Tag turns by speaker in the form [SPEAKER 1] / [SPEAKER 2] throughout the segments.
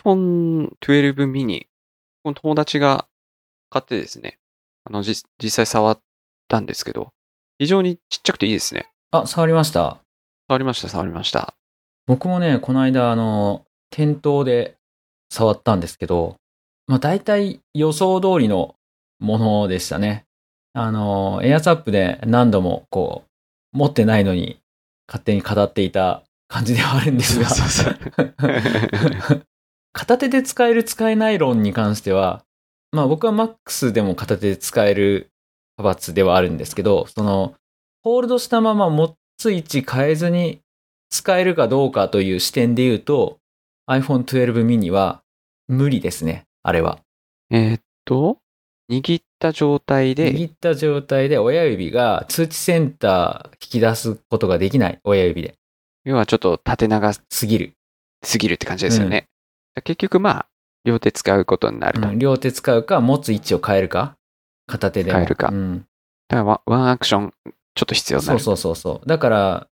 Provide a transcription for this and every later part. [SPEAKER 1] iPhone 12 mini、この友達が買ってですね、あの、じ実際触ったんですけど、非常にちっちゃくていいですね。
[SPEAKER 2] あ、触りました。
[SPEAKER 1] 触りました、触りま した。
[SPEAKER 2] 僕もね、この間、あの、店頭で触ったんですけど、まあ大体予想通りのものでしたね。あの、エアサップで何度もこう、持ってないのに勝手に語っていた感じではあるんですが。
[SPEAKER 1] そうそう
[SPEAKER 2] 片手で使える使えない論に関しては、まあ僕は MAX でも片手で使える派閥ではあるんですけど、その、ホールドしたまま持つ位置変えずに使えるかどうかという視点で言うと、iPhone 12 mini は無理ですね、あれは。
[SPEAKER 1] えーっと、握った状態で、
[SPEAKER 2] 握った状態で親指が通知センター引き出すことができない、親指で。
[SPEAKER 1] 要はちょっと縦長
[SPEAKER 2] すぎる。
[SPEAKER 1] すぎるって感じですよね。結局まあ、両手使うことになると。
[SPEAKER 2] うん両手使うか、持つ位置を変えるか、片手でも。
[SPEAKER 1] 変えるか
[SPEAKER 2] うん
[SPEAKER 1] だからワワンアクション、ちょっと必要にな
[SPEAKER 2] そう
[SPEAKER 1] る。
[SPEAKER 2] そうそうそう。だから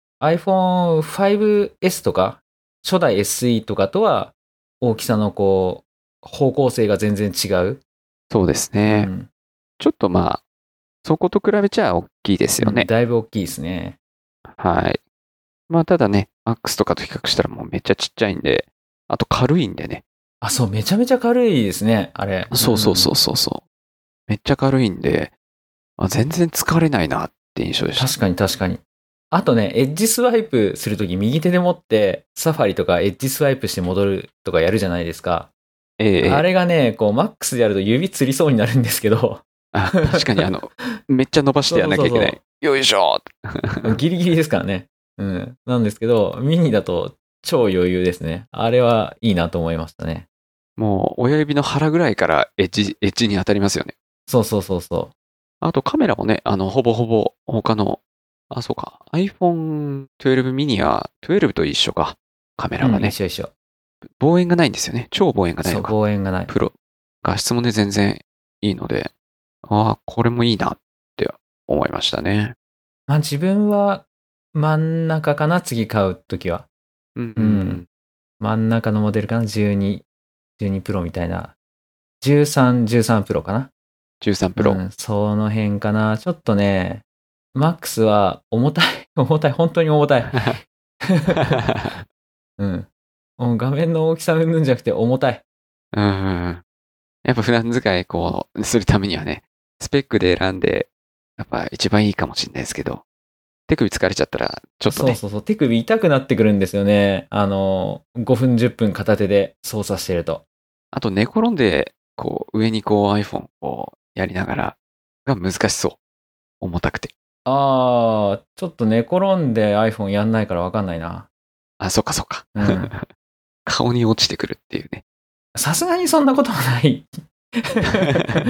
[SPEAKER 2] iPhone5S とか初代 SE とかとは大きさのこう方向性が全然違う。
[SPEAKER 1] そうですね。
[SPEAKER 2] うん
[SPEAKER 1] ちょっとまあ、そこと比べちゃ大きいですよね。
[SPEAKER 2] だいぶ大きいですね。
[SPEAKER 1] はい。まあ、ただね、MAX とかと比較したらもうめっちゃちっちゃいんで、あと軽いんでね。
[SPEAKER 2] あ、そう、めちゃめちゃ軽いですね、あれ。
[SPEAKER 1] そうそうそううそうそう。めっちゃ軽いんで、あ全然疲れないなって印象で
[SPEAKER 2] ん。
[SPEAKER 1] した。
[SPEAKER 2] 確かに確かに。あとね、エッジスワイプするとき右手で持って、サファリとかエッジスワイプして戻るとかやるじゃないですか。
[SPEAKER 1] ええ
[SPEAKER 2] あれがね、こう、マックスでやると指つりそうになるんですけど、
[SPEAKER 1] あ確かにあの、めっちゃ伸ばしてやんなきゃいけない。
[SPEAKER 2] そ
[SPEAKER 1] よ
[SPEAKER 2] う
[SPEAKER 1] いしょ
[SPEAKER 2] ギリギリですからね。うん。なんですけど、ミニだと超余裕ですね。あれはいいなと思いましたね。
[SPEAKER 1] もう親指の腹ぐらいからエッジ、エッジに当たりますよね。
[SPEAKER 2] そうそうそうそ
[SPEAKER 1] あとカメラもね、あの、ほぼほぼ他の、あ、そうか、iPhone 12 mini は12と一緒か。カメ
[SPEAKER 2] う。
[SPEAKER 1] ラが
[SPEAKER 2] うん
[SPEAKER 1] ね、
[SPEAKER 2] 一緒一緒。
[SPEAKER 1] 望遠がないんですよね。超望遠がない
[SPEAKER 2] そう、
[SPEAKER 1] のか。
[SPEAKER 2] 望遠がない。
[SPEAKER 1] プロ。画質もね、全然いいので、ああ、これもいいなって思いましたね。
[SPEAKER 2] まあ自分は真ん中かな、次買うときは。
[SPEAKER 1] うん。
[SPEAKER 2] うん真ん中のモデルかな、12、12プロみたいな。13、13プロかな。
[SPEAKER 1] 13プロ。
[SPEAKER 2] うん、その辺かな。ちょっとね、マックスは重たい、重たい、本当に重たい。うん。もう画面の大きさ云々じゃなくて重たい。
[SPEAKER 1] うん。やっぱ普段使いこう、するためにはね、スペックで選んで、やっぱ一番いいかもしれないですけど、手首疲れちゃったら、ちょっと
[SPEAKER 2] そう
[SPEAKER 1] ね、
[SPEAKER 2] そうそう。手首痛くなってくるんですよね。あの、5分10分片手で操作してると。
[SPEAKER 1] あと寝転んで、こう、上にこう iPhone をやりながら、が難しそう。重たくて。
[SPEAKER 2] あー、ちょっと寝転んで iPhone やんないからわかんないな。
[SPEAKER 1] あ、そっかそっか。
[SPEAKER 2] うん
[SPEAKER 1] 顔に落ちてくるっていうね。
[SPEAKER 2] さすがにそんなことはない。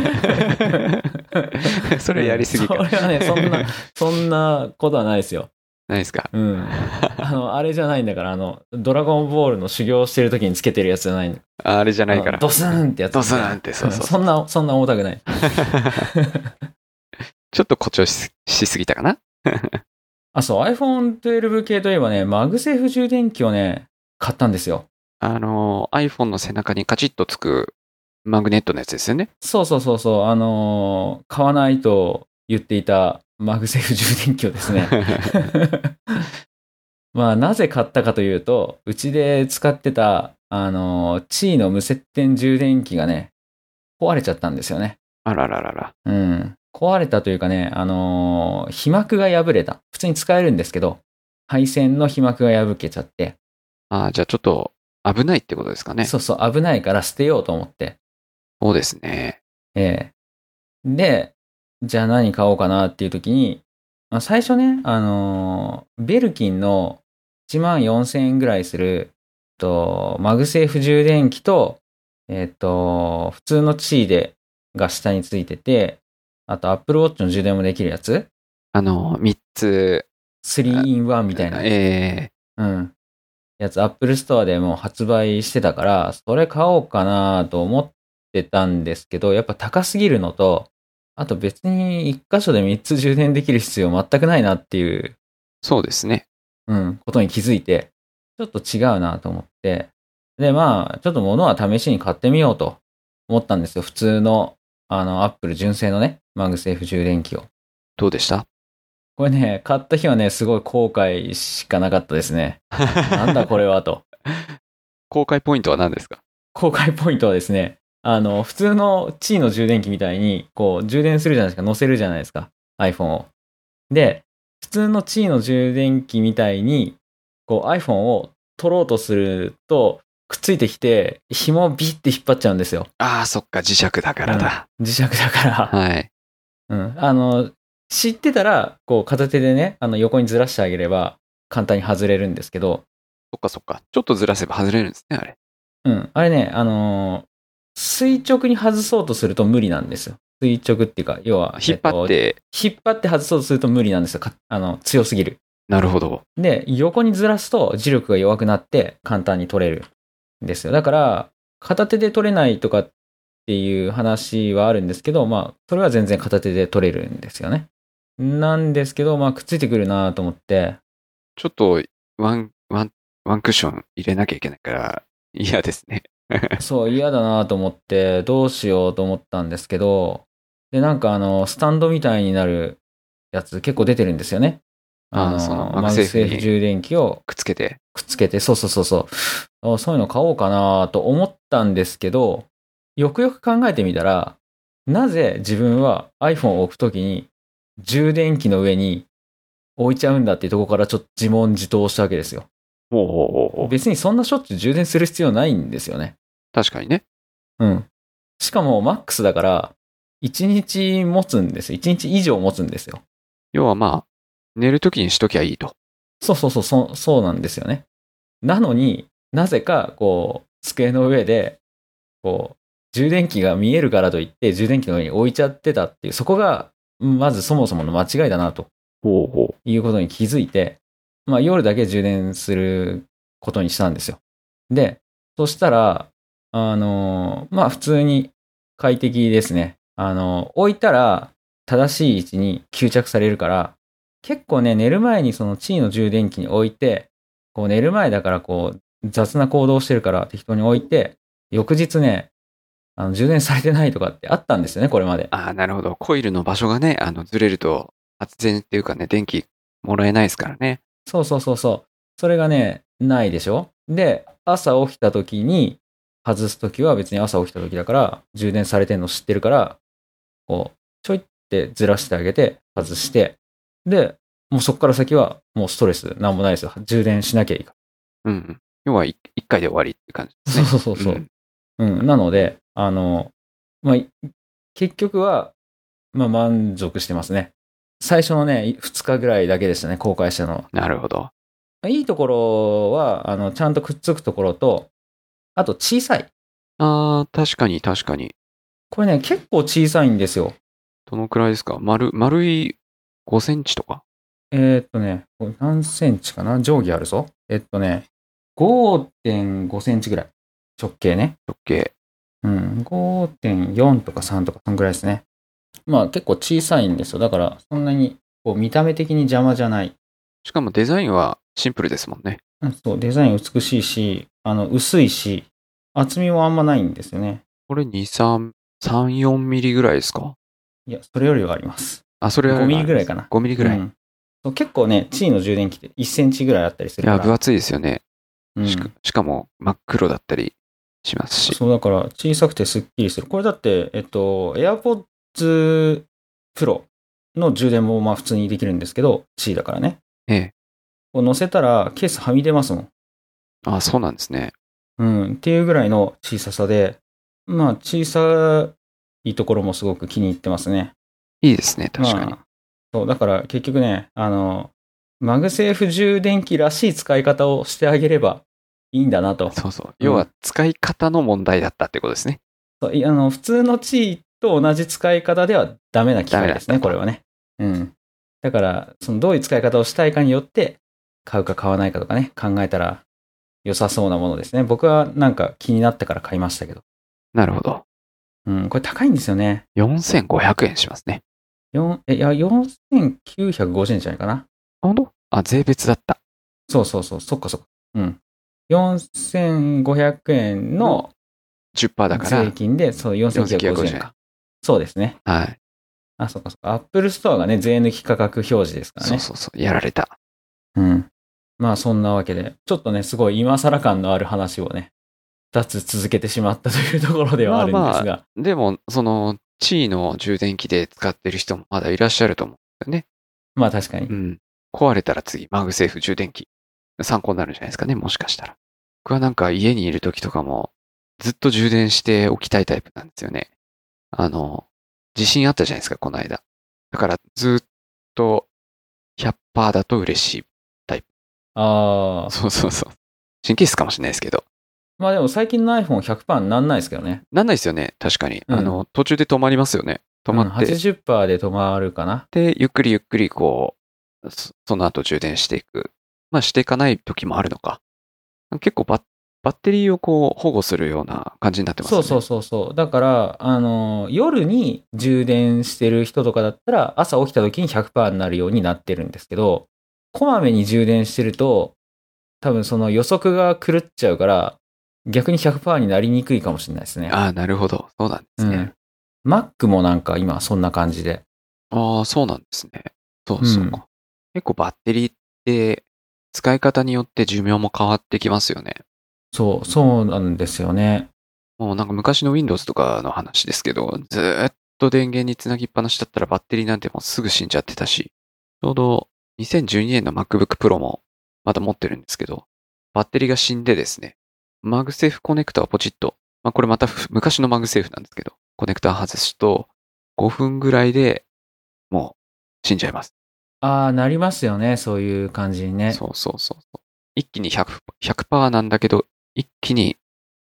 [SPEAKER 1] それやりすぎか
[SPEAKER 2] うんそれはね、そんな、そんなことはないですよ。
[SPEAKER 1] ないですか。
[SPEAKER 2] うん。あの、あれじゃないんだから、あの、ドラゴンボールの修行してる時につけてるやつじゃないんだ
[SPEAKER 1] あれじゃないから。
[SPEAKER 2] ドスーンってやつ。
[SPEAKER 1] ドスーンってそうそう
[SPEAKER 2] そんな、そんな重たくない。
[SPEAKER 1] ちょっと誇張しすしすぎたかな。
[SPEAKER 2] あ、そう、iPhone12 系といえばね、マグセーフ充電器をね、買ったんですよ。
[SPEAKER 1] あの、iPhone の背中にカチッとつくマグネットのやつですよね。
[SPEAKER 2] そうそうそうそう、あのー買わないと言っていたマグセーフ充電器をですね。 まあ、なぜ買ったかというと、うちで使ってた、あのー、チーの無接点充電器がね、壊れちゃったんですよね。
[SPEAKER 1] あらららら。
[SPEAKER 2] うん。壊れたというかね、あのー被膜が破れた。普通に使えるんですけど、配線の被膜が破けちゃって、
[SPEAKER 1] あじゃあちょっと危ないってことですかね。そ
[SPEAKER 2] そうそう、危ないから捨てようと思って、
[SPEAKER 1] うですね。
[SPEAKER 2] ええで、じゃあ何買おうかなっていう時に、まあ、最初ね、あのーベルキンの1万4000円ぐらいする、と、マグセーフ充電器と、えっ、と、普通のチーで、が下についてて、あと Apple Watch の充電もできるやつ
[SPEAKER 1] あの、3つ。
[SPEAKER 2] ?3-in-1 みたいな。
[SPEAKER 1] え
[SPEAKER 2] うん。やつ、Apple Store でもう発売してたから、それ買おうかなと思ってたんですけど、やっぱ高すぎるのと、あと別に一箇所で3つ充電できる必要全くないなっていう、
[SPEAKER 1] ーそうですね。
[SPEAKER 2] うん、ことに気づいて、ちょっと違うなと思って、で、まあ、ちょっと物は試しに買ってみようと思ったんですよ。普通の、あの、アップル純正のね、マグセーフ充電器を。
[SPEAKER 1] どうでした
[SPEAKER 2] これね、買った日はね、すごい後悔しかなかったですね。なんだこれはと。
[SPEAKER 1] 公開ポイントは何ですか
[SPEAKER 2] 後悔ポイントはですね、あの、普通の C の充電器みたいに、こう、充電するじゃないですか、乗せるじゃないですか、iPhone を。で、普通の C の充電器みたいに、こう、iPhone を取ろうとすると、くっついてきて、紐をビッて引っ張っちゃうんですよ。
[SPEAKER 1] ああ、そっか、磁石だからだ。
[SPEAKER 2] 磁石だから。
[SPEAKER 1] はい。
[SPEAKER 2] うん。あの、知ってたら、こう、片手でね、あの、横にずらしてあげれば、簡単に外れるんですけど、
[SPEAKER 1] そっかそっか。ちょっとずらせば外れるんですね、あれ。
[SPEAKER 2] うん。あれね、あのー垂直に外そうとすると無理なんですよ。垂直っていうか、要は、
[SPEAKER 1] 引っ張っ
[SPEAKER 2] え
[SPEAKER 1] て、
[SPEAKER 2] と、引っ張って外そうとすると無理なんですよ。かあの、強すぎる。
[SPEAKER 1] なるほど。
[SPEAKER 2] で、横にずらすと磁力が弱くなって簡単に取れるんですよ。だから、片手で取れないとかっていう話はあるんですけど、まあ、それは全然片手で取れるんですよね。なんですけど、まあ、くっついてくるなと思って、
[SPEAKER 1] ちょっと、ワン、ワン、ワンクッション入れなきゃいけないから、嫌ですね。
[SPEAKER 2] そう、嫌だなと思って、どうしようと思ったんですけど、で、なんかあの、スタンドみたいになるやつ結構出てるんですよね。
[SPEAKER 1] あー
[SPEAKER 2] あの、
[SPEAKER 1] そのマ
[SPEAKER 2] マ
[SPEAKER 1] グ
[SPEAKER 2] グ
[SPEAKER 1] セー
[SPEAKER 2] セ
[SPEAKER 1] フに
[SPEAKER 2] ーフ充電器を
[SPEAKER 1] くっつけて。
[SPEAKER 2] くっつけて、そうそうそうそうあ、そういうの買おうかなと思ったんですけど、よくよく考えてみたら、なぜ自分は iPhone を置くときに充電器の上に置いちゃうんだっていうところからちょっと自問自答したわけですよ。
[SPEAKER 1] ほうほうほうほう。
[SPEAKER 2] 別にそんなしょっちゅう充電する必要ないんですよね。
[SPEAKER 1] 確かにね。
[SPEAKER 2] うん。しかも MAX だから、1日持つんですよ。1日以上持つんですよ。
[SPEAKER 1] 要はまあ、寝るときにしときゃいいと。
[SPEAKER 2] そうそうそう、そそうなんですよね。なのになぜか、こう、机の上で、こう、充電器が見えるからといって、充電器の上に置いちゃってたっていう、そこが、うんまずそもそもの間違いだな、と
[SPEAKER 1] ほうほう。
[SPEAKER 2] いうことに気づいて、まあ夜だけ充電することにしたんですよ。で、そしたら、あのー、まあ普通に快適ですね。あのー、置いたら正しい位置に吸着されるから、結構ね、寝る前にその地位の充電器に置いて、こう寝る前だからこう雑な行動をしてるから適当に置いて、翌日ね、あの充電されてないとかってあったんですよね、これまで。
[SPEAKER 1] ああ、なるほど。コイルの場所がね、あの、ずれると、発電っていうかね、電気もらえないですからね。
[SPEAKER 2] そうそうそうそう。それがね、ないでしょで、朝起きた時に、外す時は別に朝起きた時だから、充電されてんの知ってるから、こう、ちょいってずらしてあげて、外して、で、もうそこから先はもうストレスなんもないですよ。充電しなきゃいいか
[SPEAKER 1] うんうん。要は、い一回で終わりって感じ
[SPEAKER 2] ら。
[SPEAKER 1] です
[SPEAKER 2] そう
[SPEAKER 1] ね。
[SPEAKER 2] そうそうそう。
[SPEAKER 1] ん
[SPEAKER 2] うん、なので、あの、まあ、い結局は、まあ、満足してますね。最初のね、2日ぐらいだけでしたね、公開したのは。
[SPEAKER 1] なるほど。
[SPEAKER 2] いいところは、あの、ちゃんとくっつくところと、あと小さい。
[SPEAKER 1] ああ、確かに確かに。
[SPEAKER 2] これね、結構小さいんですよ。
[SPEAKER 1] どのくらいですか丸、丸い5センチとか
[SPEAKER 2] えーっとね、これ何センチかな定規あるぞ。えっとね、5.5センチぐらい。直径ね。
[SPEAKER 1] 直径。
[SPEAKER 2] うん、5.4とか3とか、そんぐらいですね。まあ結構小さいんですよ。だから、そんなに、こう、見た目的に邪魔じゃない。
[SPEAKER 1] しかもデザインはシンプルですもんね。
[SPEAKER 2] うんそう、デザイン美しいし、あの、薄いし、厚みもあんまないんですよね。
[SPEAKER 1] これ2、3、3、4ミリぐらいですか
[SPEAKER 2] いや、それよりはあります。
[SPEAKER 1] あ、それは
[SPEAKER 2] 5ミリぐらいかな。
[SPEAKER 1] 5ミリぐらい。
[SPEAKER 2] う
[SPEAKER 1] い
[SPEAKER 2] んそう結構ね、地位の充電器って1センチぐらいあったりするか
[SPEAKER 1] や、
[SPEAKER 2] ら。
[SPEAKER 1] 分厚いですよね。
[SPEAKER 2] うん
[SPEAKER 1] しかしかも真っ黒だったりしますし。
[SPEAKER 2] そうだから小さくてスッキリする。これだって、えっと、AirPods Pro の充電もまあ普通にできるんですけど、地位だからね。
[SPEAKER 1] ええ。
[SPEAKER 2] こう乗せたらケースはみ出ますもん。
[SPEAKER 1] あ、そうなんですね。
[SPEAKER 2] うん。っていうぐらいの小ささで、まあ小さいところもすごく気に入ってますね。
[SPEAKER 1] いいですね、確かに。
[SPEAKER 2] まあ、そう、だから結局ね、あの、マグセーフ充電器らしい使い方をしてあげればいいんだなと。
[SPEAKER 1] そうそう。要は使い方の問題だったってことですね。
[SPEAKER 2] そういあの普通の地位と同じ使い方ではダメな機械です
[SPEAKER 1] ダメだ
[SPEAKER 2] ね、
[SPEAKER 1] った
[SPEAKER 2] これはね。うん。だから、そのどういう使い方をしたいかによって、買うか買わないかとかね、考えたら良さそうなものですね。僕はなんか気になったから買いましたけど。
[SPEAKER 1] なるほど。
[SPEAKER 2] うん、これ高いんですよね。
[SPEAKER 1] 4500円しますね。
[SPEAKER 2] 4、え、いや、4950円じゃないかな。
[SPEAKER 1] ほんとあ、税別だった。
[SPEAKER 2] そうそうそう、そっかそっか。うん。 4500円の
[SPEAKER 1] 10%だから
[SPEAKER 2] 税、金で、そう、4950
[SPEAKER 1] 4950
[SPEAKER 2] 円
[SPEAKER 1] 円
[SPEAKER 2] か。そうですね。
[SPEAKER 1] はい。
[SPEAKER 2] あ、そうかそうか。アップルストアがね、税抜き価格表示ですからね。
[SPEAKER 1] そうそうそう、やられた。
[SPEAKER 2] うん。まあそんなわけで、ちょっとね、すごい今更感のある話をね、脱続けてしまったというところではあるんですが、
[SPEAKER 1] まあでも、その、地位の充電器で使ってる人もまだいらっしゃると思うんだよね。
[SPEAKER 2] まあ確かに
[SPEAKER 1] う。ん。壊れたら次、マグセーフ充電器。参考になるんじゃないですかね、もしかしたら。僕はなんか家にいる時とかも、ずっと充電しておきたいタイプなんですよね。あの、地震あったじゃないですか、この間。だから、ずっと100%だと嬉しい。
[SPEAKER 2] ああ。
[SPEAKER 1] そうそうそう。神経質かもしれないですけど。
[SPEAKER 2] まあでも最近の iPhone100% になんないですけどね。
[SPEAKER 1] なんないですよね、確かに。
[SPEAKER 2] うん
[SPEAKER 1] あの、途中で止まりますよね。止まって、
[SPEAKER 2] うん、80%で止まるかな。
[SPEAKER 1] で、ゆっくりゆっくりこう、そその後充電していく。まあしていかない時もあるのか。結構バッバッテリーをこう保護するような感じになってます
[SPEAKER 2] そ
[SPEAKER 1] よ
[SPEAKER 2] う
[SPEAKER 1] ね。
[SPEAKER 2] そうそうそう。だから、あのー、夜に充電してる人とかだったら、朝起きた時に100%になるようになってるんですけど、こまめに充電してると、多分その予測が狂っちゃうから、逆に100%になりにくいかもしれないですね。
[SPEAKER 1] ああ、なるほど。そうなんで
[SPEAKER 2] う
[SPEAKER 1] す
[SPEAKER 2] ん
[SPEAKER 1] ね。。
[SPEAKER 2] Mac もなんか今そんな感じで。
[SPEAKER 1] ああ、そうなんですね。そうそうか、結構バッテリーって使い方によって寿命も変わってきますよね。
[SPEAKER 2] そう、そうなんですよね。
[SPEAKER 1] もうなんか昔の Windows とかの話ですけど、ずーっと電源につなぎっぱなしだったらバッテリーなんてもうすぐ死んじゃってたし、ちょうど2012年の MacBook Pro もまだ持ってるんですけど、バッテリーが死んでですね、マグセーフコネクタをポチッと、まあこれまたふ昔のマグセーフなんですけど、コネクタ外すと5分ぐらいでもう死んじゃいます。
[SPEAKER 2] ああ、なりますよね。そういう感じにね。
[SPEAKER 1] そうそうそうそう。一気に 100%, 100%なんだけど、一気に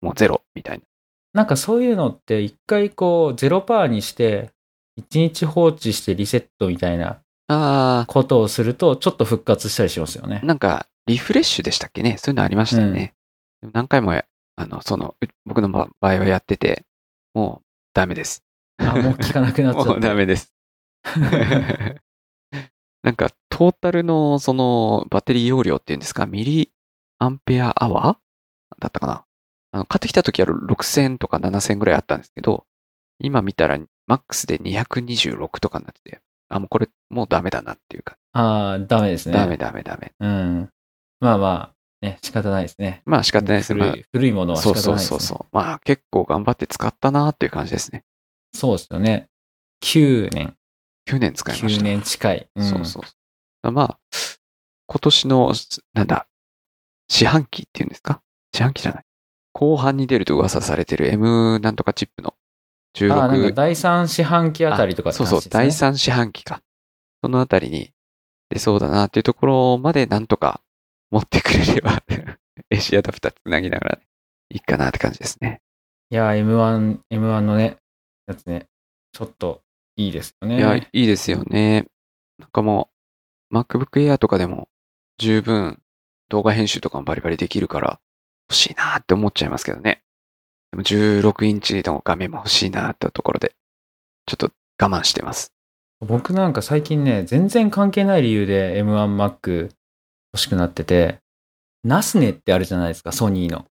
[SPEAKER 1] もうゼロみたいな。
[SPEAKER 2] なんかそういうのって一回こう0%にして一日放置してリセットみたいな
[SPEAKER 1] ああ、
[SPEAKER 2] ことをするとちょっと復活したりしますよね。
[SPEAKER 1] なんか、リフレッシュでしたっけねそういうのありましたよね。でも何回もや、あの、その、う僕の場場合はやってて、もうダメです。
[SPEAKER 2] あ、もう効かなくなっちゃ
[SPEAKER 1] も
[SPEAKER 2] っ
[SPEAKER 1] う
[SPEAKER 2] た。
[SPEAKER 1] ダメ です。なんか、トータルの、その、バッテリー容量っていうんですか、ミリアンペアアワーだったかなあの買ってきた時は6000とか7000ぐらいあったんですけど、今見たら、マックスで226とかになってて、あ、もうこれ、もうダメだなっていうか、
[SPEAKER 2] ああ、ダメですね。
[SPEAKER 1] ダメダメダメ。
[SPEAKER 2] うん。まあまあ、ね、仕方ないですね。
[SPEAKER 1] まあ仕方ないです。まあ
[SPEAKER 2] 古い古いものは仕
[SPEAKER 1] そ
[SPEAKER 2] 方
[SPEAKER 1] う
[SPEAKER 2] ないです、
[SPEAKER 1] そ
[SPEAKER 2] ね。
[SPEAKER 1] うそうそう。まあ結構頑張って使ったなっていう感じですね。
[SPEAKER 2] そうですよね。9年、
[SPEAKER 1] 9年使いまし
[SPEAKER 2] 9
[SPEAKER 1] た。
[SPEAKER 2] 年近い。うん
[SPEAKER 1] そうそうそう。まあ、今年の、なんだ、四半期っていうんですか四半期じゃない。後半に出ると噂されてる M なんとかチップの16
[SPEAKER 2] ああ、なんか第3四半期あたりとかって
[SPEAKER 1] そう
[SPEAKER 2] 話
[SPEAKER 1] そ
[SPEAKER 2] で
[SPEAKER 1] う、
[SPEAKER 2] すね
[SPEAKER 1] 第3四半期か。そのあたりに出そうだなっていうところまでなんとか持ってくれれば、AC アダプターつなぎながら、ね、いいかなって感じですね。
[SPEAKER 2] いやー、M1、M1 のね、やつね、ちょっといいですよね。
[SPEAKER 1] いや、いいですよね。なんかもう、MacBook Air とかでも十分動画編集とかもバリバリできるから欲しいなーって思っちゃいますけどね。でも16インチの画面も欲しいなーってところで、ちょっと我慢してます。
[SPEAKER 2] 僕なんか最近ね、全然関係ない理由で M1Mac 欲しくなってて、ナスネってあるじゃないですか、ソニーの。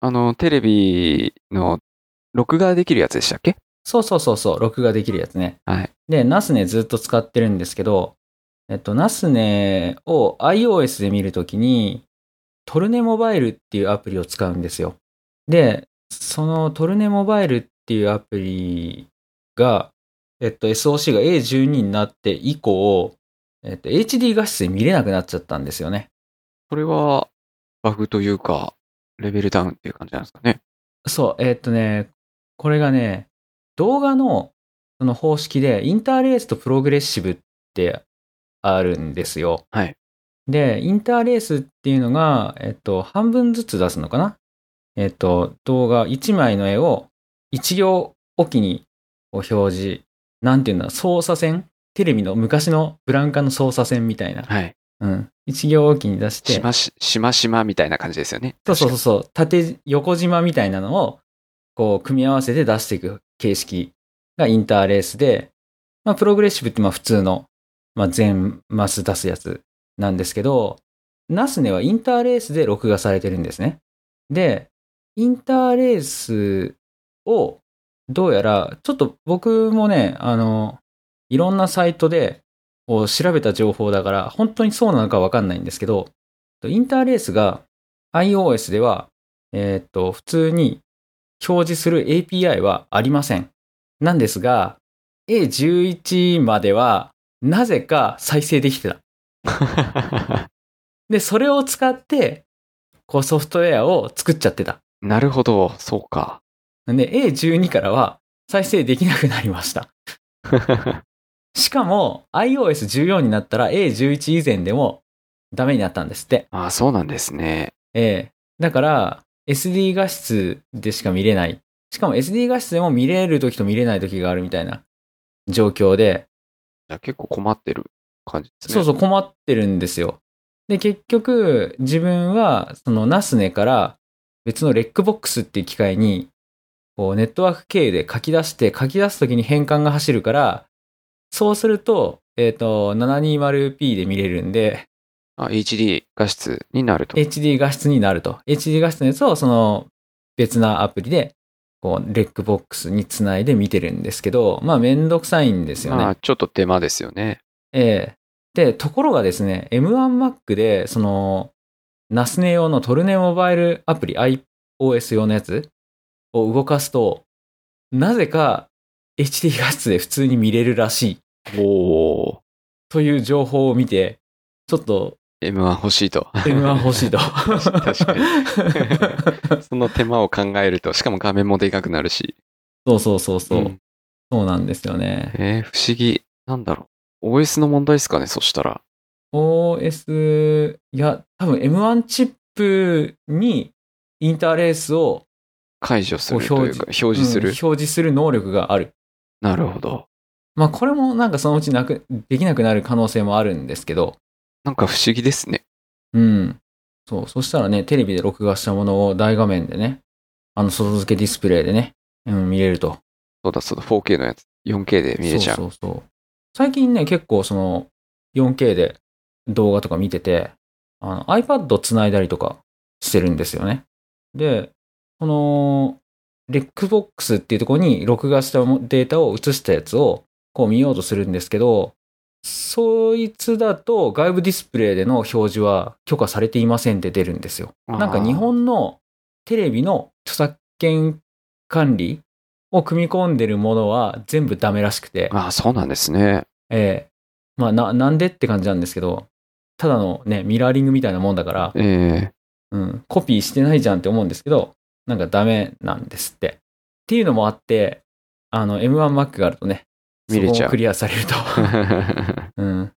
[SPEAKER 1] あの、テレビの録画できるやつでしたっけ
[SPEAKER 2] そうそうそうそう、録画できるやつね。
[SPEAKER 1] はい。
[SPEAKER 2] で、ナスネずっと使ってるんですけど、えっと、ナスネを iOS で見るときに、トルネモバイルっていうアプリを使うんですよ。で、そのトルネモバイルっていうアプリが、えっと、SOC が A12 になって以降、えっと、HD 画質で見れなくなっちゃったんですよね。
[SPEAKER 1] これは、バグというか、レベルダウンっていう感じなんですかね。
[SPEAKER 2] そう、えーっとね、これがね、動画のその方式で、インターレースとプログレッシブってあるんですよ。
[SPEAKER 1] はい。
[SPEAKER 2] で、インターレースっていうのが、えっと、半分ずつ出すのかなえっと、動画1枚の絵を1行おきにこう表示、なんていうんだ、操作線テレビの昔のブラウン管の操作線みたいな。
[SPEAKER 1] はい。
[SPEAKER 2] うん。1行おきに出して。
[SPEAKER 1] しまし、しましまみたいな感じですよね。
[SPEAKER 2] そうそうそうそう。縦、横縞みたいなのを、こう、組み合わせて出していく形式がインターレースで、まあ、プログレッシブってまあ普通の、まあ、全マス出すやつなんですけど、ナスネはインターレースで録画されてるんですね。で、インターレースを、どうやら、ちょっと僕もね、あの、いろんなサイトで、こう調べた情報だから、本当にそうなのかわかんないんですけど、インターレースが iOS では、えーっと、普通に表示する API はありません。なんですが、A11 までは、なぜか再生できてた。で、それを使って、こうソフトウェアを作っちゃってた。
[SPEAKER 1] なるほど、そうか。
[SPEAKER 2] なんで A12 からは再生できなくなりました。しかも iOS14 になったら A11 以前でもダメになったんですって。
[SPEAKER 1] ああ、そうなんですね。
[SPEAKER 2] ええだから SD 画質でしか見れない。しかも SD 画質でも見れる時と見れない時があるみたいな状況で、
[SPEAKER 1] じゃあ結構困ってる感じですね。
[SPEAKER 2] そうそう困ってるんですよ。で、結局自分はそのナスネから別のレックボックスっていう機械にこうネットワーク経由で書き出して書き出す時に変換が走るから、そうすると、えっ、と、720p で見れるんで、
[SPEAKER 1] あ、HD 画質になると。
[SPEAKER 2] HD 画質になると。HD 画質のやつをその別なアプリで、こう、レックボックスにつないで見てるんですけど、まあめんどくさいんですよね。
[SPEAKER 1] まあ、ちょっと手間ですよね。
[SPEAKER 2] ええで、ところがですね、M1Mac で、その、ナスネ用のトルネモバイルアプリ、iOS 用のやつを動かすと、なぜか HD 画質で普通に見れるらしい
[SPEAKER 1] おー。
[SPEAKER 2] という情報を見て、ちょっと
[SPEAKER 1] M1 欲しい と。
[SPEAKER 2] M1 欲しいと。
[SPEAKER 1] 確かにその手間を考えると、しかも画面もでかくなるし。
[SPEAKER 2] そうそうそうそう。
[SPEAKER 1] ん
[SPEAKER 2] そうなんですよね。
[SPEAKER 1] えー、不思議。なんだろう。OS の問題ですかね、そしたら。
[SPEAKER 2] OS、いや、多分 M1 チップにインターレースを
[SPEAKER 1] 解除するというか、表示する。
[SPEAKER 2] うん表示する能力がある。
[SPEAKER 1] なるほど。
[SPEAKER 2] まあこれもなんかそのうちなく、できなくなる可能性もあるんですけど、
[SPEAKER 1] なんか不思議ですね。
[SPEAKER 2] うん。そう、そしたらね、テレビで録画したものを大画面でね、あの外付けディスプレイでね、うん、見れると。
[SPEAKER 1] そうだそうだ、4K のやつ。4K で見れちゃう。
[SPEAKER 2] そうそうそう。最近ね、結構その 4K で動画とか見てて、あの iPad つないだりとかしてるんですよね。で、この、レックボックスっていうところに録画したもデータを映したやつをこう見ようとするんですけど、そいつだと外部ディスプレイでの表示は許可されていませんって出るんですよ。なんか日本のテレビの著作権管理を組み込んでるものは全部ダメらしくて、
[SPEAKER 1] あーあー、そうなんですね。
[SPEAKER 2] ええまあな、なんでって感じなんですけど、ただのね、ミラーリングみたいなもんだから、
[SPEAKER 1] ええ
[SPEAKER 2] うん、コピーしてないじゃんって思うんですけど、なんかダメなんですって。っていうのもあって、あの、M1Mac があるとね、
[SPEAKER 1] 見れちゃう
[SPEAKER 2] そこもクリアされ ると。うん。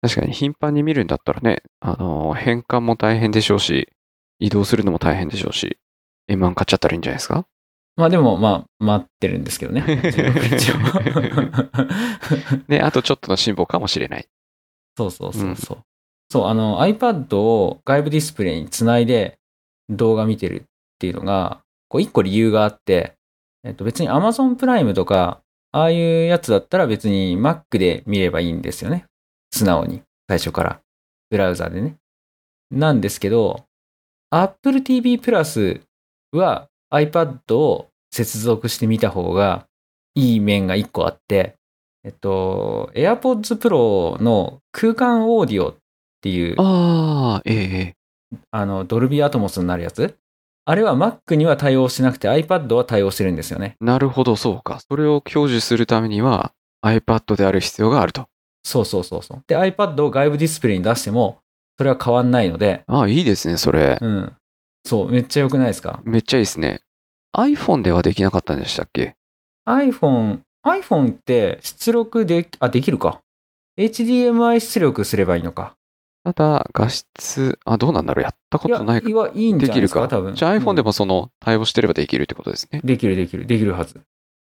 [SPEAKER 1] 確かに頻繁に見るんだったらね、あのー、変換も大変でしょうし、移動するのも大変でしょうし、M1 買っちゃったらいいんじゃないですか
[SPEAKER 2] まあでも、まあ、待ってるんですけ どね。一応
[SPEAKER 1] ね、あとちょっとの辛抱かもしれない。
[SPEAKER 2] そうそうそうそう。そう、あの iPad を外部ディスプレイにつないで動画見てるっていうのが、こう一個理由があって、えっと別に Amazon プライムとか、ああいうやつだったら別に Mac で見ればいいんですよね。素直に。最初から。ブラウザでね。なんですけど、Apple TV プラスは iPad を接続してみた方がいい面が一個あって、えっと、AirPods Pro の空間オーディオっていう、
[SPEAKER 1] あ
[SPEAKER 2] あ
[SPEAKER 1] あ、ええ
[SPEAKER 2] の、ドルビーアトモスになるやつ。あれは Mac には対応してなくて iPad は対応してるんですよね。
[SPEAKER 1] なるほど、そうか。それを享受するためには iPad である必要があると。
[SPEAKER 2] そうそうそうそう。で、iPad を外部ディスプレイに出しても、それは変わんないので、
[SPEAKER 1] ああ、いいですね、それ。
[SPEAKER 2] うん。そう、めっちゃ良くないですか
[SPEAKER 1] めっちゃいいですね。iPhone ではできなかったんでしたっけ
[SPEAKER 2] ?iPhone、iPhone って出力でき、あ、できるか。HDMI 出力すればいいのか。
[SPEAKER 1] ただ、画質、あ、どうなんだろう、やったこ
[SPEAKER 2] いや、
[SPEAKER 1] とないか
[SPEAKER 2] いわいいんじ
[SPEAKER 1] で
[SPEAKER 2] ゃな
[SPEAKER 1] き
[SPEAKER 2] いで
[SPEAKER 1] る
[SPEAKER 2] すか
[SPEAKER 1] か。
[SPEAKER 2] 多分。
[SPEAKER 1] じゃあ iPhone で
[SPEAKER 2] も、
[SPEAKER 1] もその対応してればできるってことですね。
[SPEAKER 2] できるできる、できるはず。